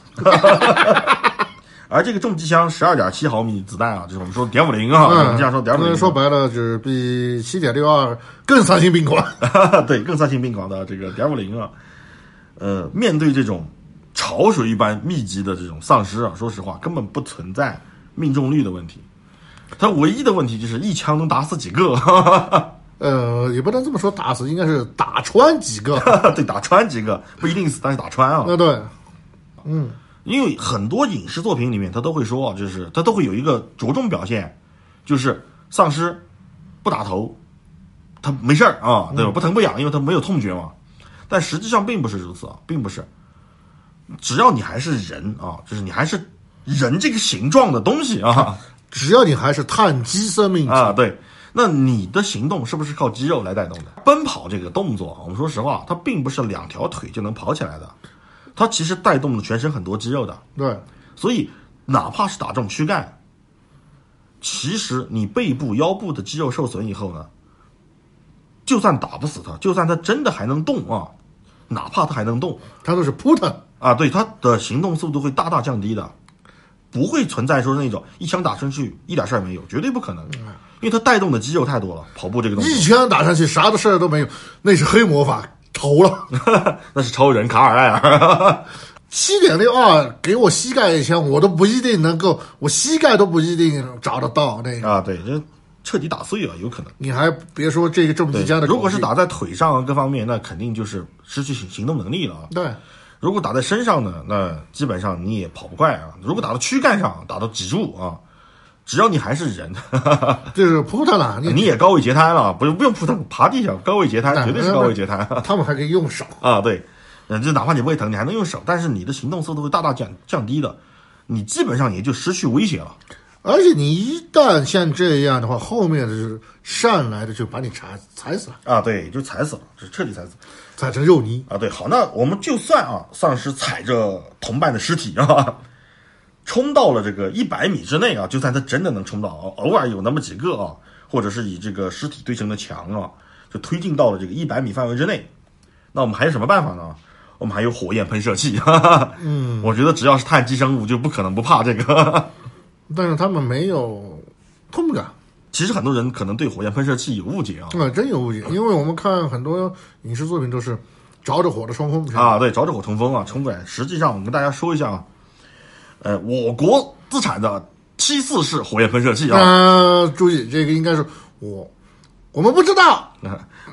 Speaker 2: 而这个重机枪十二点七毫米子弹啊，就是我们说点五零啊，我们
Speaker 1: 嗯，
Speaker 2: 这样说点五零，
Speaker 1: 说白了就是比七点六二更丧心病狂。
Speaker 2: 对，更丧心病狂的这个点五零啊，呃，面对这种潮水一般密集的这种丧尸啊，说实话根本不存在命中率的问题，它唯一的问题就是一枪能打死几个，
Speaker 1: 呃，也不能这么说打死，应该是打穿几 个。
Speaker 2: 对，打穿几个不一定死，但是打穿啊。
Speaker 1: 那对，
Speaker 2: 因为很多影视作品里面，他都会说，就是他都会有一个着重表现，就是丧尸不打头，他没事儿啊，对吧？不疼不痒，因为他没有痛觉嘛。但实际上并不是如此啊，并不是。只要你还是人啊，就是你还是人这个形状的东西啊
Speaker 1: 只要你还是碳基生命体，
Speaker 2: 啊，对，那你的行动是不是靠肌肉来带动的？奔跑这个动作，我们说实话，它并不是两条腿就能跑起来的，它其实带动了全身很多肌肉的。
Speaker 1: 对，
Speaker 2: 所以哪怕是打中躯干，其实你背部、腰部的肌肉受损以后呢，就算打不死它，就算它真的还能动啊，哪怕它还能动
Speaker 1: 它都是扑腾。
Speaker 2: 啊，对它的行动速度会大大降低的，不会存在说是那种一枪打上去一点事儿没有，绝对不可能，因为它带动的肌肉太多了，跑步这个东西。
Speaker 1: 一枪打上去，啥的事儿都没有，那是黑魔法，投了。
Speaker 2: 那是超人卡尔艾尔，
Speaker 1: 七点六二给我膝盖一枪，我都不一定能够，我膝盖都不一定找得到那个。
Speaker 2: 啊，对，这彻底打碎了，啊有可能。
Speaker 1: 你还别说这个重机枪的，
Speaker 2: 如果是，打在腿上啊各方面，那肯定就是失去行行动能力了啊。
Speaker 1: 对，
Speaker 2: 如果打在身上呢，那基本上你也跑不快啊。如果打到躯干上，打到脊柱啊，只要你还是人，
Speaker 1: 就是扑腾了，你
Speaker 2: 啊你也高位截瘫了，不用不用扑腾，爬地上高位截瘫，绝对是高位截瘫
Speaker 1: 他们还可以用手，
Speaker 2: 啊！对，嗯，就哪怕你胃疼，你还能用手，但是你的行动速度会大大降降低的，你基本上也就失去威胁了。
Speaker 1: 而且你一旦像这样的话，后面的是上来的就把你踩踩死了，
Speaker 2: 啊，对，就踩死了，就彻底踩死
Speaker 1: 踩成肉泥。
Speaker 2: 啊。对，好，那我们就算啊，丧尸踩着同伴的尸体 啊，冲到了这个一百米之内啊，就算他真的能冲到，偶尔有那么几个啊，或者是以这个尸体堆成的墙啊，就推进到了这个一百米范围之内，那我们还有什么办法呢？我们还有火焰喷射器， 哈哈。嗯，我觉得只要是碳基生物，就不可能不怕这个。
Speaker 1: 但是他们没有痛感，
Speaker 2: 其实很多人可能对火焰喷射器有误解啊，
Speaker 1: 啊、真有误解，因为我们看很多影视作品都是着着火的冲锋枪，
Speaker 2: 啊，对，着着火冲锋啊，冲过来。实际上，我跟大家说一下啊，呃，我国自产的七四式火焰喷射器啊，
Speaker 1: 啊，注意，这个应该是我，我们不知道，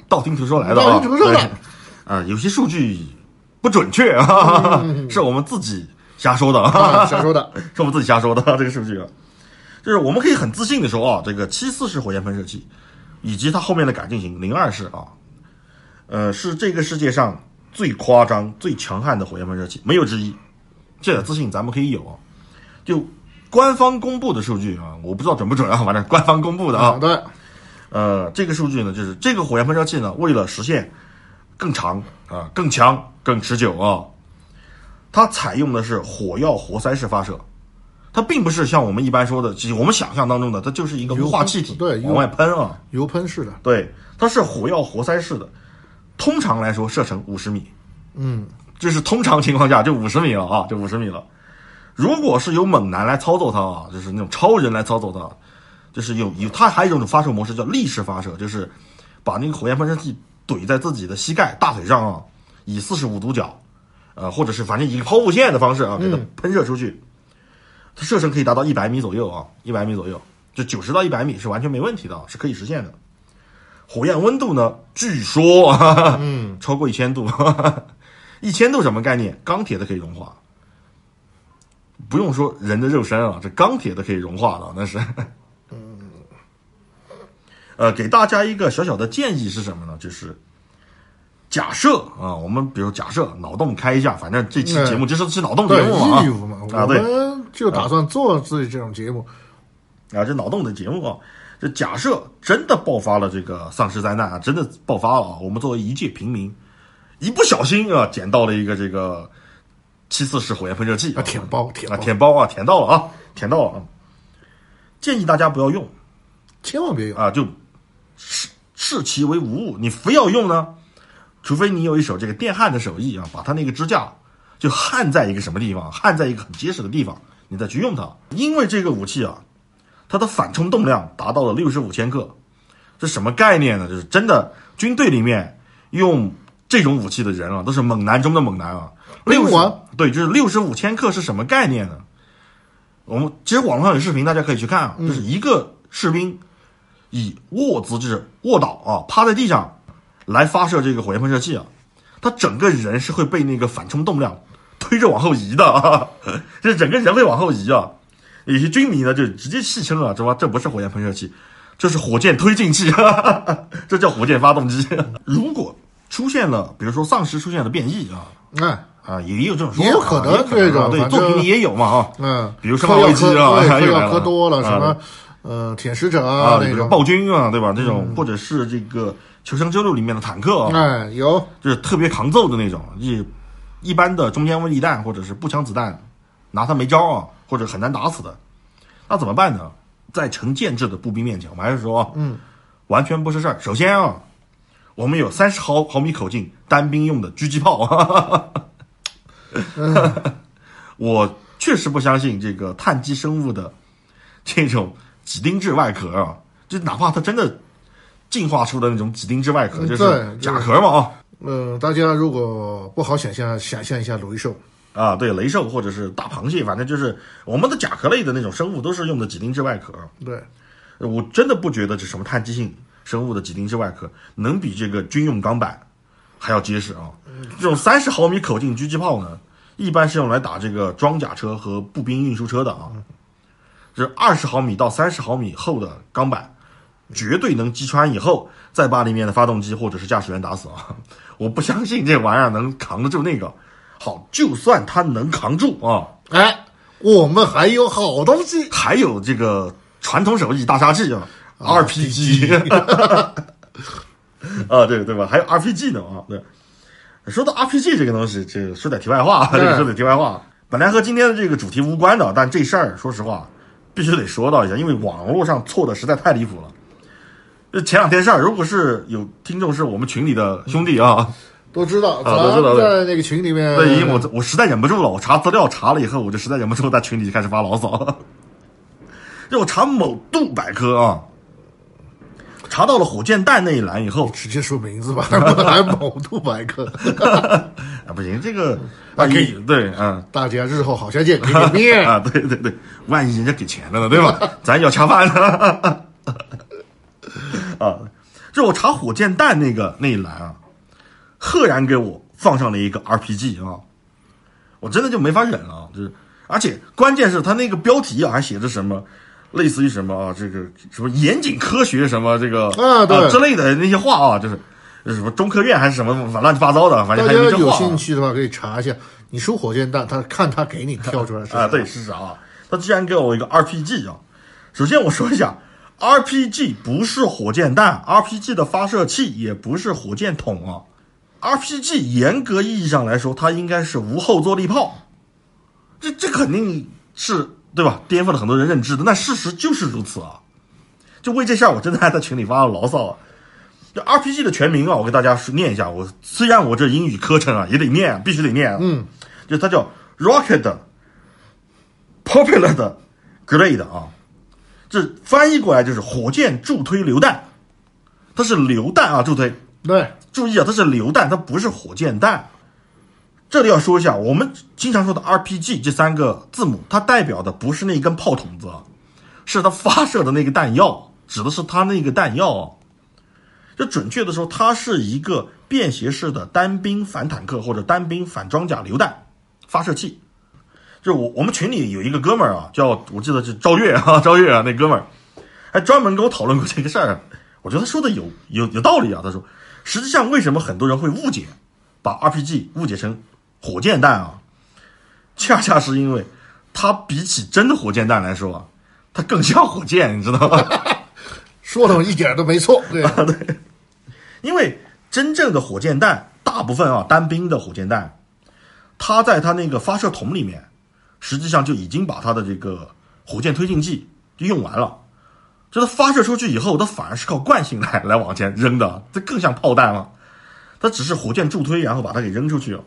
Speaker 2: 道听途说来的啊，
Speaker 1: 道嗯听途说的
Speaker 2: 对啊、有些数据不准确啊，
Speaker 1: 嗯
Speaker 2: 是我们自己瞎说的啊，
Speaker 1: 啊，瞎说的。
Speaker 2: 是我们自己瞎说的这个数据啊，就是我们可以很自信的说啊，这个七四式火焰喷射器以及它后面的改进型零二式啊，呃，是这个世界上最夸张、最强悍的火焰喷射器，没有之一。这点自信咱们可以有啊。就官方公布的数据啊，我不知道准不准啊，反正官方公布的啊
Speaker 1: 好，的，
Speaker 2: 呃，这个数据呢，就是这个火焰喷射器呢，为了实现更长啊、更强、更持久啊，它采用的是火药活塞式发射，它并不是像我们一般说的，我们想象当中的，它就是一个雾化气体
Speaker 1: 对
Speaker 2: 往外喷啊，
Speaker 1: 油喷式的，
Speaker 2: 对，它是火药活塞式的，通常来说射程五十米，
Speaker 1: 嗯，
Speaker 2: 就是通常情况下就五十米了啊，就五十米了。如果是由猛男来操作它啊，就是那种超人来操作它，就是有有它还有一种发射模式叫立式发射，就是把那个火焰喷射器怼在自己的膝盖、大腿上啊，以四十五度角，呃，或者是反正以抛物线的方式啊，给它喷射出去。它射程可以达到一百米左右啊，一百米左右，就九十到一百米是完全没问题的啊，是可以实现的。火焰温度呢，据说，哈哈，嗯， 超过一千度，哈哈。一千度什么概念？钢铁都可以融化，不用说人的肉身啊，这钢铁都可以融化啊了，那是。 呃，给大家一个小小的建议是什么呢？就是假设啊，我们比如假设脑洞开一下，反正这期节目就是是脑洞节
Speaker 1: 对，
Speaker 2: 目嘛
Speaker 1: 义务嘛，
Speaker 2: 啊，
Speaker 1: 我
Speaker 2: 对，
Speaker 1: 们就打算做自己这种节目，
Speaker 2: 啊，这脑洞的节目啊，这假设真的爆发了这个丧尸灾难啊，真的爆发了啊，我们作为一介平民，一不小心啊，捡到了一个这个七四式火焰喷射器
Speaker 1: 啊，舔包，舔
Speaker 2: 啊，
Speaker 1: 包，
Speaker 2: 舔包啊，舔到了啊，舔到了啊，建议大家不要用
Speaker 1: 千万别用，
Speaker 2: 啊，就视视其为无物，你非要用呢，除非你有一手这个电焊的手艺啊，把它那个支架就焊在一个什么地方，焊在一个很结实的地方，你再去用它。因为这个武器啊，它的反冲动量达到了六十五千克，这什么概念呢？就是真的军队里面用这种武器的人啊，都是猛男中的猛男啊。
Speaker 1: 兵
Speaker 2: 六
Speaker 1: 王
Speaker 2: 十对，就是六十五千克是什么概念呢？我们其实网络上有视频，大家可以去看啊，
Speaker 1: 嗯
Speaker 2: 就是一个士兵以卧姿，就是卧倒啊，趴在地上来发射这个火焰喷射器啊，他整个人是会被那个反冲动量推着往后移的 啊，就是整个人会往后移啊。有些军迷呢就直接戏称啊，这吧这不是火焰喷射器，这是火箭推进器， 哈哈哈这叫火箭发动机。如果出现了，比如说丧尸出现了变异啊
Speaker 1: 哎，
Speaker 2: 啊，也也有这种说法啊，
Speaker 1: 也有可能
Speaker 2: 也有
Speaker 1: 这
Speaker 2: 可能啊
Speaker 1: 种
Speaker 2: 对
Speaker 1: 反
Speaker 2: 作品
Speaker 1: 正
Speaker 2: 里也有嘛啊，
Speaker 1: 嗯，
Speaker 2: 比如生
Speaker 1: 嗑
Speaker 2: 化
Speaker 1: 药
Speaker 2: 危机
Speaker 1: 嗑
Speaker 2: 啊
Speaker 1: 对
Speaker 2: 还有
Speaker 1: 嗑
Speaker 2: 来了
Speaker 1: 药嗑多了，
Speaker 2: 啊
Speaker 1: 什么呃舔食者
Speaker 2: 啊，
Speaker 1: 啊
Speaker 2: 比
Speaker 1: 那
Speaker 2: 如
Speaker 1: 种，
Speaker 2: 说
Speaker 1: 嗯
Speaker 2: 暴君啊，对吧？这种或者是这个《求生之路》里面的坦克啊，
Speaker 1: 哎，有
Speaker 2: 就是特别扛揍的那种，一一般的中间威力弹或者是步枪子弹，拿它没招啊，或者很难打死的，那怎么办呢？在成建制的步兵面前，我们还是说，嗯，完全不是事儿。首先啊，我们有三十毫毫米口径单兵用的狙击炮，哈哈哈哈
Speaker 1: 嗯
Speaker 2: 我确实不相信这个碳基生物的 这种几丁质外壳啊，就哪怕它真的进化出的那种几丁质外壳，
Speaker 1: 嗯
Speaker 2: 就是
Speaker 1: 对
Speaker 2: 甲壳嘛啊，
Speaker 1: 呃，大家如果不好想象，想象一下雷兽，
Speaker 2: 啊，对，雷兽或者是大螃蟹，反正就是我们的甲壳类的那种生物都是用的几丁质外壳。
Speaker 1: 对，
Speaker 2: 我真的不觉得这什么碳基性生物的几丁质外壳能比这个军用钢板还要结实啊！这种三十毫米口径狙击炮呢，一般是用来打这个装甲车和步兵运输车的啊。这二十毫米到三十毫米厚的钢板，绝对能击穿以后，再把里面的发动机或者是驾驶员打死啊！我不相信这玩意儿能扛得住那个。好，就算它能扛住啊，
Speaker 1: 哎，我们还有好东西，
Speaker 2: 还有这个传统手艺大杀器啊，RPG，啊，对对吧？还有 RPG 呢啊，对。说到 RPG 这个东西，这说点题外话啊，这
Speaker 1: 对
Speaker 2: 个说点题外话，本来和今天的这个主题无关的，但这事儿说实话必须得说到一下，因为网络上错的实在太离谱了。这前两天事儿，如果是有听众是我们群里的兄弟啊，
Speaker 1: 都知道，咱
Speaker 2: 都知
Speaker 1: 们
Speaker 2: 道对
Speaker 1: 在那个群里面，
Speaker 2: 对，因为我我实在忍不住了，我查资料查了以后，我就实在忍不住在群里就开始发牢骚 了。就我查某度百科啊，查到了火箭弹那一栏以后，
Speaker 1: 直接说名字吧， 还某度百科，
Speaker 2: 啊不行，这个
Speaker 1: 啊
Speaker 2: 万
Speaker 1: 可
Speaker 2: 一
Speaker 1: 以
Speaker 2: 对，嗯
Speaker 1: 大家日后好相见，给你面。
Speaker 2: 啊，对对对，万一人家给钱了呢，对吧？咱要恰饭呢。 啊，就我查火箭弹那个那一栏啊，赫然给我放上了一个 RPG 啊，我真的就没法忍了啊，就是，而且关键是他那个标题啊，还写着什么，类似于什么啊，这个什么严谨科学什么这个
Speaker 1: 啊对
Speaker 2: 之类的那些话啊，就是什么中科院还是什么反乱七八糟的，反
Speaker 1: 大
Speaker 2: 正
Speaker 1: 家
Speaker 2: 还一句
Speaker 1: 有
Speaker 2: 话啊、
Speaker 1: 兴趣的话，可以查一下。你说火箭弹，他看他给你跳出来是
Speaker 2: 啊，对，是啥、啊？他居然给我一个 RPG 啊！首先我说一下，RPG 不是火箭弹，RPG 的发射器也不是火箭筒啊。RPG 严格意义上来说，它应该是无后坐力炮，这这肯定是对吧？颠覆了很多人认知的，那事实就是如此啊。就为这事儿，我真的还在群里发了牢骚啊。这 RPG 的全名啊，我给大家说念一下。我虽然我这英语课程啊也得念，必须得念。嗯，就它叫 Rocket Popular 的 Grade 啊，这翻译过来就是火箭助推榴弹，它是榴弹啊，助推。
Speaker 1: 对，
Speaker 2: 注意啊，它是榴弹，它不是火箭弹。这里要说一下，我们经常说的 RPG 这三个字母，它代表的不是那一根炮筒子啊，是它发射的那个弹药，指的是它那个弹药啊。就准确的说，它是一个便携式的单兵反坦克或者单兵反装甲榴弹发射器。就我我们群里有一个哥们儿啊，叫我记得是赵月啊，赵月啊，那哥们儿还专门跟我讨论过这个事儿。啊我觉得他说的有有有道理啊。他说，实际上为什么很多人会误解，把 RPG 误解成火箭弹啊，恰恰是因为它比起真的火箭弹来说啊，它更像火箭，你知道吗？
Speaker 1: 说的一点都没错。对，
Speaker 2: 因为真正的火箭弹，大部分啊单兵的火箭弹，它在它那个发射筒里面，实际上就已经把它的这个火箭推进剂就用完了。就它发射出去以后，它反而是靠惯性来来往前扔的，这更像炮弹了。它只是火箭助推，然后把它给扔出去了。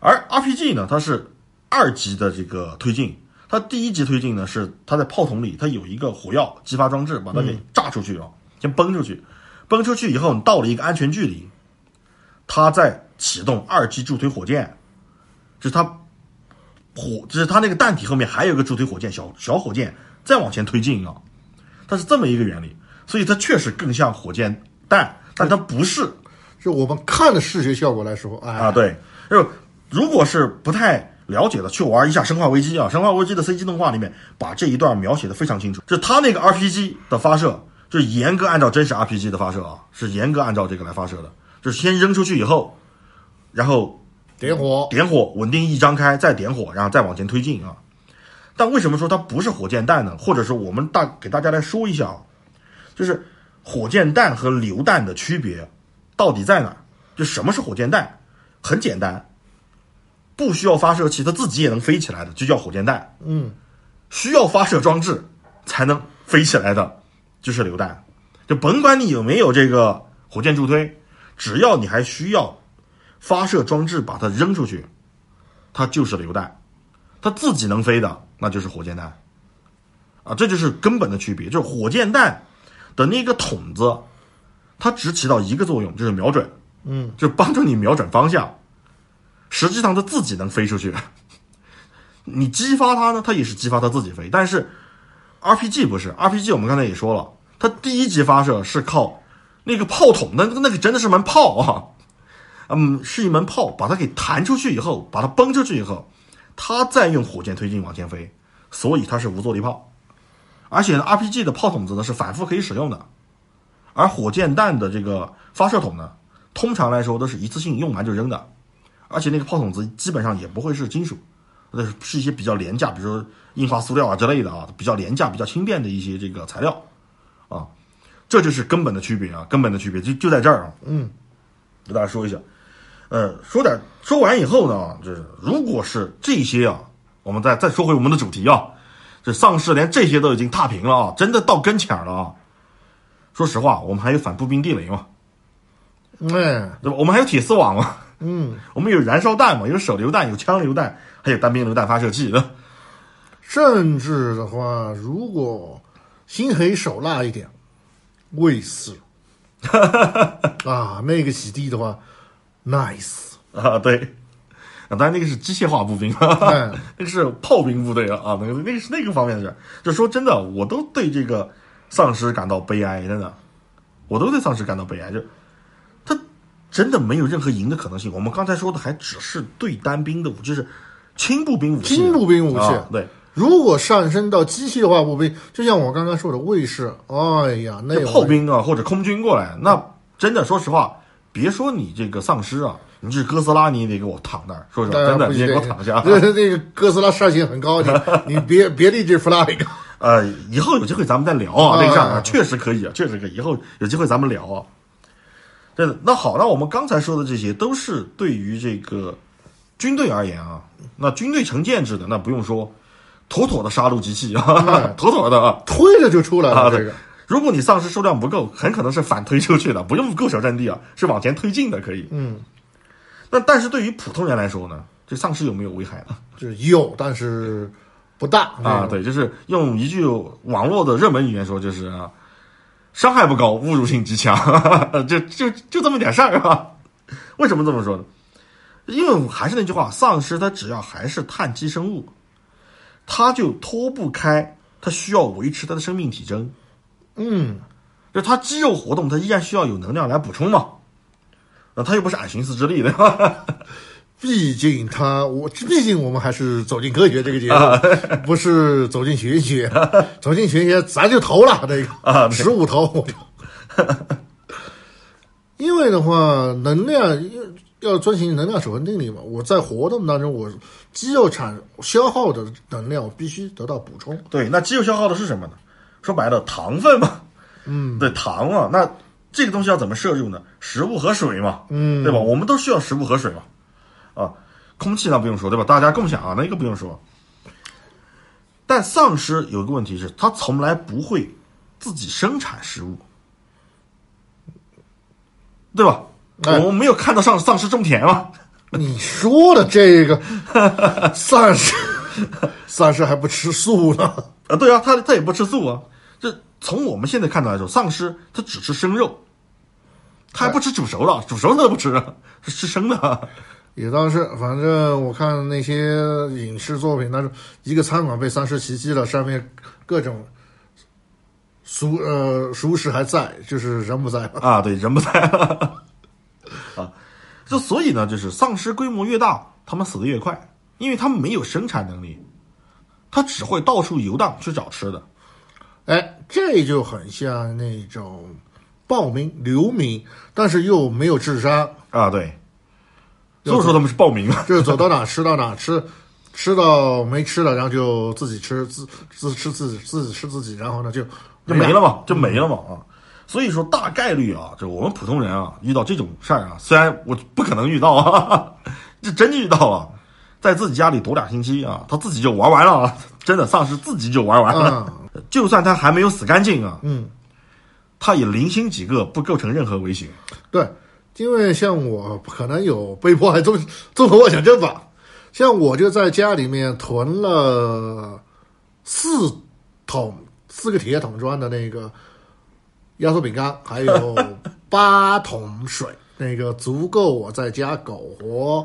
Speaker 2: 而 RPG 呢，它是二级的这个推进，它第一级推进呢是它在炮筒里，它有一个火药激发装置，把它给炸出去啊，先崩出去，崩出去以后，你到了一个安全距离，它再启动二级助推火箭，就是它火，就是它那个弹体后面还有一个助推火箭，小小火箭再往前推进啊，它是这么一个原理，所以它确实更像火箭弹，但它不是
Speaker 1: 就我们看的视觉效果来说，哎，
Speaker 2: 啊，对，就是如果是不太了解的，去玩一下《生化危机》啊，《生化危机》的 CG 动画里面把这一段描写的非常清楚，就它那个 RPG 的发射，就是严格按照真实 RPG 的发射啊，是严格按照这个来发射的，就是先扔出去以后，然后
Speaker 1: 点火，
Speaker 2: 点火，稳定翼张开，再点火，然后再往前推进啊。但为什么说它不是火箭弹呢？或者说我们大给大家来说一下啊，就是火箭弹和榴弹的区别到底在哪儿？就什么是火箭弹？很简单，不需要发射器，它自己也能飞起来的，就叫火箭弹。嗯，需要发射装置才能飞起来的，就是榴弹。就甭管你有没有这个火箭助推，只要你还需要发射装置把它扔出去，它就是榴弹。它自己能飞的，那就是火箭弹。啊，这就是根本的区别。就是火箭弹的那个筒子，它只起到一个作用，就是瞄准。嗯，就帮助你瞄准方向。实际上，它自己能飞出去。你激发它呢，它也是激发它自己飞。但是 RPG 不是 RPG，我们刚才也说了，它第一级发射是靠那个炮筒，那那个真的是门炮啊。嗯，是一门炮，把它给弹出去以后，把它崩出去以后，它再用火箭推进往前飞，所以它是无坐力炮。而且呢，RPG 的炮筒子呢是反复可以使用的，而火箭弹的这个发射筒呢，通常来说都是一次性用完就扔的，而且那个炮筒子基本上也不会是金属，那是是一些比较廉价，比如说印花塑料啊之类的啊，比较廉价、比较轻便的一些这个材料啊，这就是根本的区别啊，根本的区别就就在这儿啊。嗯，给大家说一下，呃，说点说完以后呢，就是如果是这些啊，我们再再说回我们的主题啊，这丧尸连这些都已经踏平了啊，真的到跟前儿了啊。说实话，我们还有反步兵地雷嘛，
Speaker 1: 哎，
Speaker 2: 对吧？我们还有铁丝网嘛， 嗯，我们有燃烧弹嘛，有手榴弹，有枪榴弹，还有单兵榴弹发射器的。
Speaker 1: 甚至的话，如果心黑手辣一点，卫 士啊，那个洗地的话，nice，
Speaker 2: 啊，对，啊，当然那个是机械化步兵， 哈哈
Speaker 1: 嗯
Speaker 2: 那个是炮兵部队啊，啊，那个那个是那个方面的事儿。就说真的，我都对这个丧尸感到悲哀，真的，我都对丧尸感到悲哀，就他真的没有任何赢的可能性。我们刚才说的还只是对单兵的武，就是轻步兵武器，
Speaker 1: 轻步兵武器
Speaker 2: 啊对，
Speaker 1: 如果上升到机械化步兵，就像我刚刚说的卫士，哎呀，那
Speaker 2: 这炮兵啊或者空军过来，那真的说实话，别说你这个丧尸啊，你这哥斯拉你也得给我躺那儿，说实话，
Speaker 1: 当然
Speaker 2: 真的
Speaker 1: 不
Speaker 2: 你
Speaker 1: 行
Speaker 2: 也给我 躺下。
Speaker 1: 这这个哥斯拉上限很 高，你你别别立志 flag。
Speaker 2: 呃，以后有机会咱们再聊啊，
Speaker 1: 啊
Speaker 2: 这个事儿
Speaker 1: 啊
Speaker 2: 啊，
Speaker 1: 啊
Speaker 2: 确实可以啊，确实可以，以后有机会咱们聊啊。对的，那好，那我们刚才说的这些都是对于这个军队而言啊，那军队成建制的那不用说，妥妥的杀戮机器啊， 妥妥的啊。
Speaker 1: 推着就出来
Speaker 2: 啊
Speaker 1: 了，这个
Speaker 2: 如果你丧尸数量不够，很可能是反推出去的，不用固守阵地啊，是往前推进的，可以。
Speaker 1: 嗯，
Speaker 2: 那但是对于普通人来说呢，这丧尸有没有危害呢？
Speaker 1: 就是有，但是不大
Speaker 2: 啊，，对，就是用一句网络的热门语言说，就是啊，伤害不高，侮辱性极强， 就就就这么点事儿啊。为什么这么说呢？因为还是那句话，丧尸它只要还是碳基生物，它就脱不开它需要维持它的生命体征。
Speaker 1: 嗯，
Speaker 2: 就它肌肉活动，它依然需要有能量来补充嘛。那它又不是矮行四肢力的，
Speaker 1: 毕竟他我毕竟我们还是走进科学这个节目，不是走进玄学，走进玄学咱就投了这
Speaker 2: 啊
Speaker 1: 个十五投我就，因为的话能量要遵循能量守恒定律嘛，我在活动当中我肌肉产消耗的能量我必须得到补充，
Speaker 2: 对，那肌肉消耗的是什么呢？说白了，糖分嘛，嗯，对，糖嘛，那这个东西要怎么摄入呢？食物和水嘛，嗯，对吧？我们都需要食物和水嘛，啊，空气那不用说，对吧？大家共享啊，那个不用说。但丧尸有个问题是，它从来不会自己生产食物，对吧？
Speaker 1: 哎
Speaker 2: 我们没有看到丧丧尸种田嘛，
Speaker 1: 你说的这个丧尸，丧尸还不吃 素呢。
Speaker 2: 啊，对啊，它它也不吃素啊。这从我们现在看到来说，丧尸它只吃生肉，它还不吃煮熟的，煮熟它都不吃，啊是吃生的。啊
Speaker 1: 也当是，反正我看那些影视作品当中，一个餐馆被丧尸袭击了，上面各种熟呃熟食还在，就是人不在了。
Speaker 2: 啊，对，人不在了 啊。这所以呢，就是丧尸规模越大，他们死的越快，因为他们没有生产能力，它只会到处游荡去找吃的。
Speaker 1: 哎，这就很像那种暴民、流民，但是又没有智商，
Speaker 2: 啊，对，所以说他们是暴民啊嘛。
Speaker 1: 就是走到哪吃到哪吃，吃到没吃了，然后就自己吃自自吃自己自己吃自己，然后呢就
Speaker 2: 就没了嘛，就没了嘛啊。所以说大概率啊，就我们普通人啊，遇到这种事儿啊，虽然我不可能遇到啊，这真遇到了，在自己家里躲俩星期啊，他自己就玩完了啊，真的丧尸自己就玩完了，
Speaker 1: 嗯
Speaker 2: 就算他还没有死干净啊，
Speaker 1: 嗯，
Speaker 2: 他也零星几个，不构成任何威胁。
Speaker 1: 对，因为像我可能有被迫害综综合妄想症吧，像我就在家里面囤了四桶四个铁桶装的那个压缩饼干，还有八桶水，那个足够我在家苟活，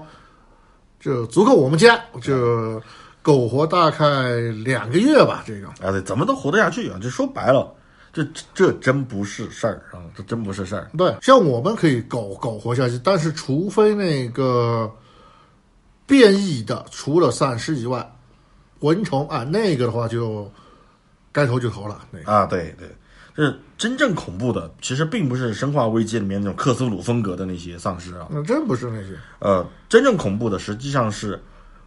Speaker 1: 就足够我们家就苟活大概两个月吧，这个。
Speaker 2: 啊，对，怎么都活得下去啊！这说白了，这这真不是事儿啊，这真不是事儿。
Speaker 1: 对，像我们可以苟苟活下去，但是除非那个变异的，除了丧尸以外， 권총啊，那个的话就该投就投了，那个
Speaker 2: 啊，对对，就是真正恐怖的，其实并不是《生化危机》里面那种克苏鲁风格的那些丧尸啊，
Speaker 1: 那真不是那些，
Speaker 2: 呃，真正恐怖的实际上是《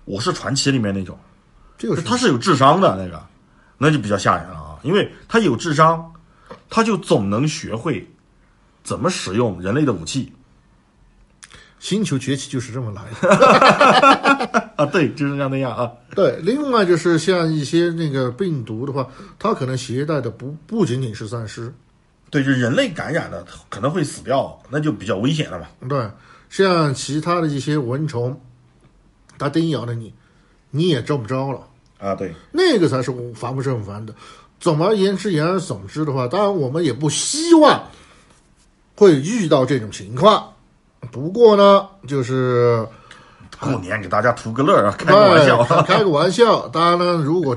Speaker 2: 我是传奇》里面那种，
Speaker 1: 这个是
Speaker 2: 他是有智商的那个，那就比较吓人了啊，因为他有智商，他就总能学会怎么使用人类的武器
Speaker 1: 星球崛起就是这么来的。
Speaker 2: 啊，对，就是像那样啊，
Speaker 1: 对，另外就是像一些那个病毒的话，它可能携带的不不仅仅是丧尸，
Speaker 2: 对，就是人类感染了可能会死掉，那就比较危险了嘛，
Speaker 1: 对，像其他的一些蚊虫，它叮咬了你，你也中不着了。
Speaker 2: 啊，对，
Speaker 1: 那个才是我烦不胜烦的。总而言之，言而总之的话，当然我们也不希望会遇到这种情况。不过呢，就是
Speaker 2: 过年给大家图个乐儿啊，开个玩笑
Speaker 1: 哎
Speaker 2: 啊，
Speaker 1: 开个玩笑。当然呢，如果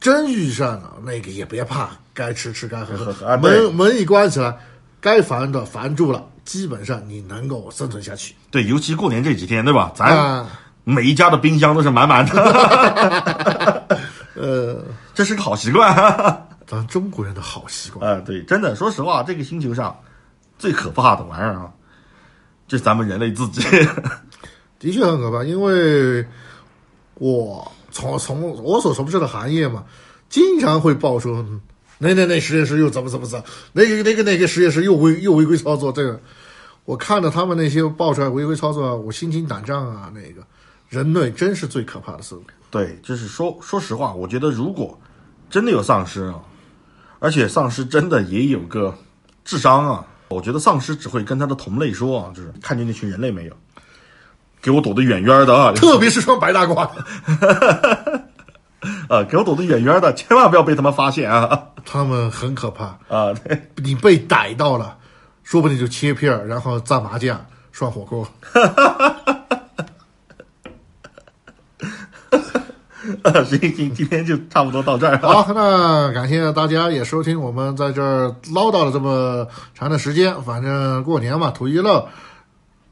Speaker 1: 真遇上了，那个也别怕，该吃吃，该喝
Speaker 2: 喝啊
Speaker 1: 喝。
Speaker 2: 对
Speaker 1: 门门一关起来，该防的防住了，基本上你能够生存下去。
Speaker 2: 对，尤其过年这几天，对吧？咱、
Speaker 1: 啊
Speaker 2: 每一家的冰箱都是满满的，
Speaker 1: 呃，
Speaker 2: 这是个好习惯 啊、
Speaker 1: 咱中国人的好习惯，
Speaker 2: 呃对，真的，说实话，这个星球上最可怕的玩意儿啊，就是咱们人类自己。
Speaker 1: 的确很可怕，因为我从从我所从事的行业嘛，经常会爆出嗯那那那实验室又怎么怎么怎么，那个那个那个实验室又违又违规操作，这个 我看到他们那些爆出来违规操作啊，我心惊胆战啊，那个人类真是最可怕的生物。
Speaker 2: 对，就是说说实话，我觉得如果真的有丧尸啊，而且丧尸真的也有个智商啊，我觉得丧尸只会跟他的同类说啊，就是看见那群人类没有，给我躲得远远的 啊，
Speaker 1: 特别是穿白大褂，
Speaker 2: 呃，给我躲得远远的，千万不要被他们发现啊
Speaker 1: 他们很可怕，
Speaker 2: 啊！对。
Speaker 1: 你被逮到了，说不定就切片儿，然后炸麻酱、涮火锅。
Speaker 2: 行行，今天就差不多到这儿 啊。
Speaker 1: 好，那感谢大家也收听我们在这儿唠叨了这么长的时间，反正过年嘛，图一乐，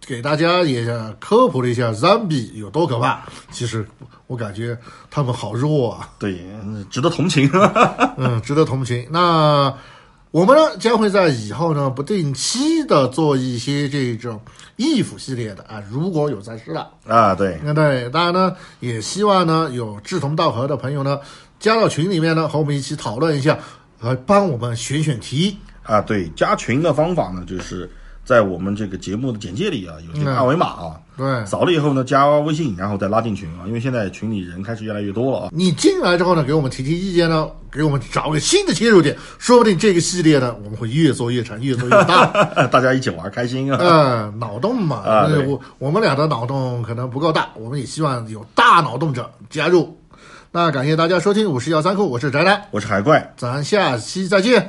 Speaker 1: 给大家也科普了一下 zombie 有多可怕。其实我感觉他们好弱啊，
Speaker 2: 对，嗯值得同情。
Speaker 1: 嗯， 值得同情。那我们呢将会在以后呢不定期的做一些这种衣服系列的啊，如果有在世了。
Speaker 2: 啊，对，
Speaker 1: 那对，大家呢也希望呢有志同道合的朋友呢加到群里面呢，和我们一起讨论一下，来帮我们选选题。
Speaker 2: 啊，对，加群的方法呢，就是在我们这个节目的简介里啊，有这个
Speaker 1: 嗯
Speaker 2: 二维码啊，
Speaker 1: 对
Speaker 2: 扫了以后呢，加微信，然后再拉进群啊，因为现在群里人开始越来越多了啊。
Speaker 1: 你进来之后呢，给我们提提意见呢，给我们找个新的切入点，说不定这个系列呢，我们会越做越长，越做越大。
Speaker 2: 啊 大家一起玩开心啊！
Speaker 1: 嗯、脑洞嘛，
Speaker 2: 啊对
Speaker 1: 我我们俩的脑洞可能不够大，我们也希望有大脑洞者加入。那感谢大家收听，我是幺三酷，我是宅男，
Speaker 2: 我是海怪，
Speaker 1: 咱下期再见。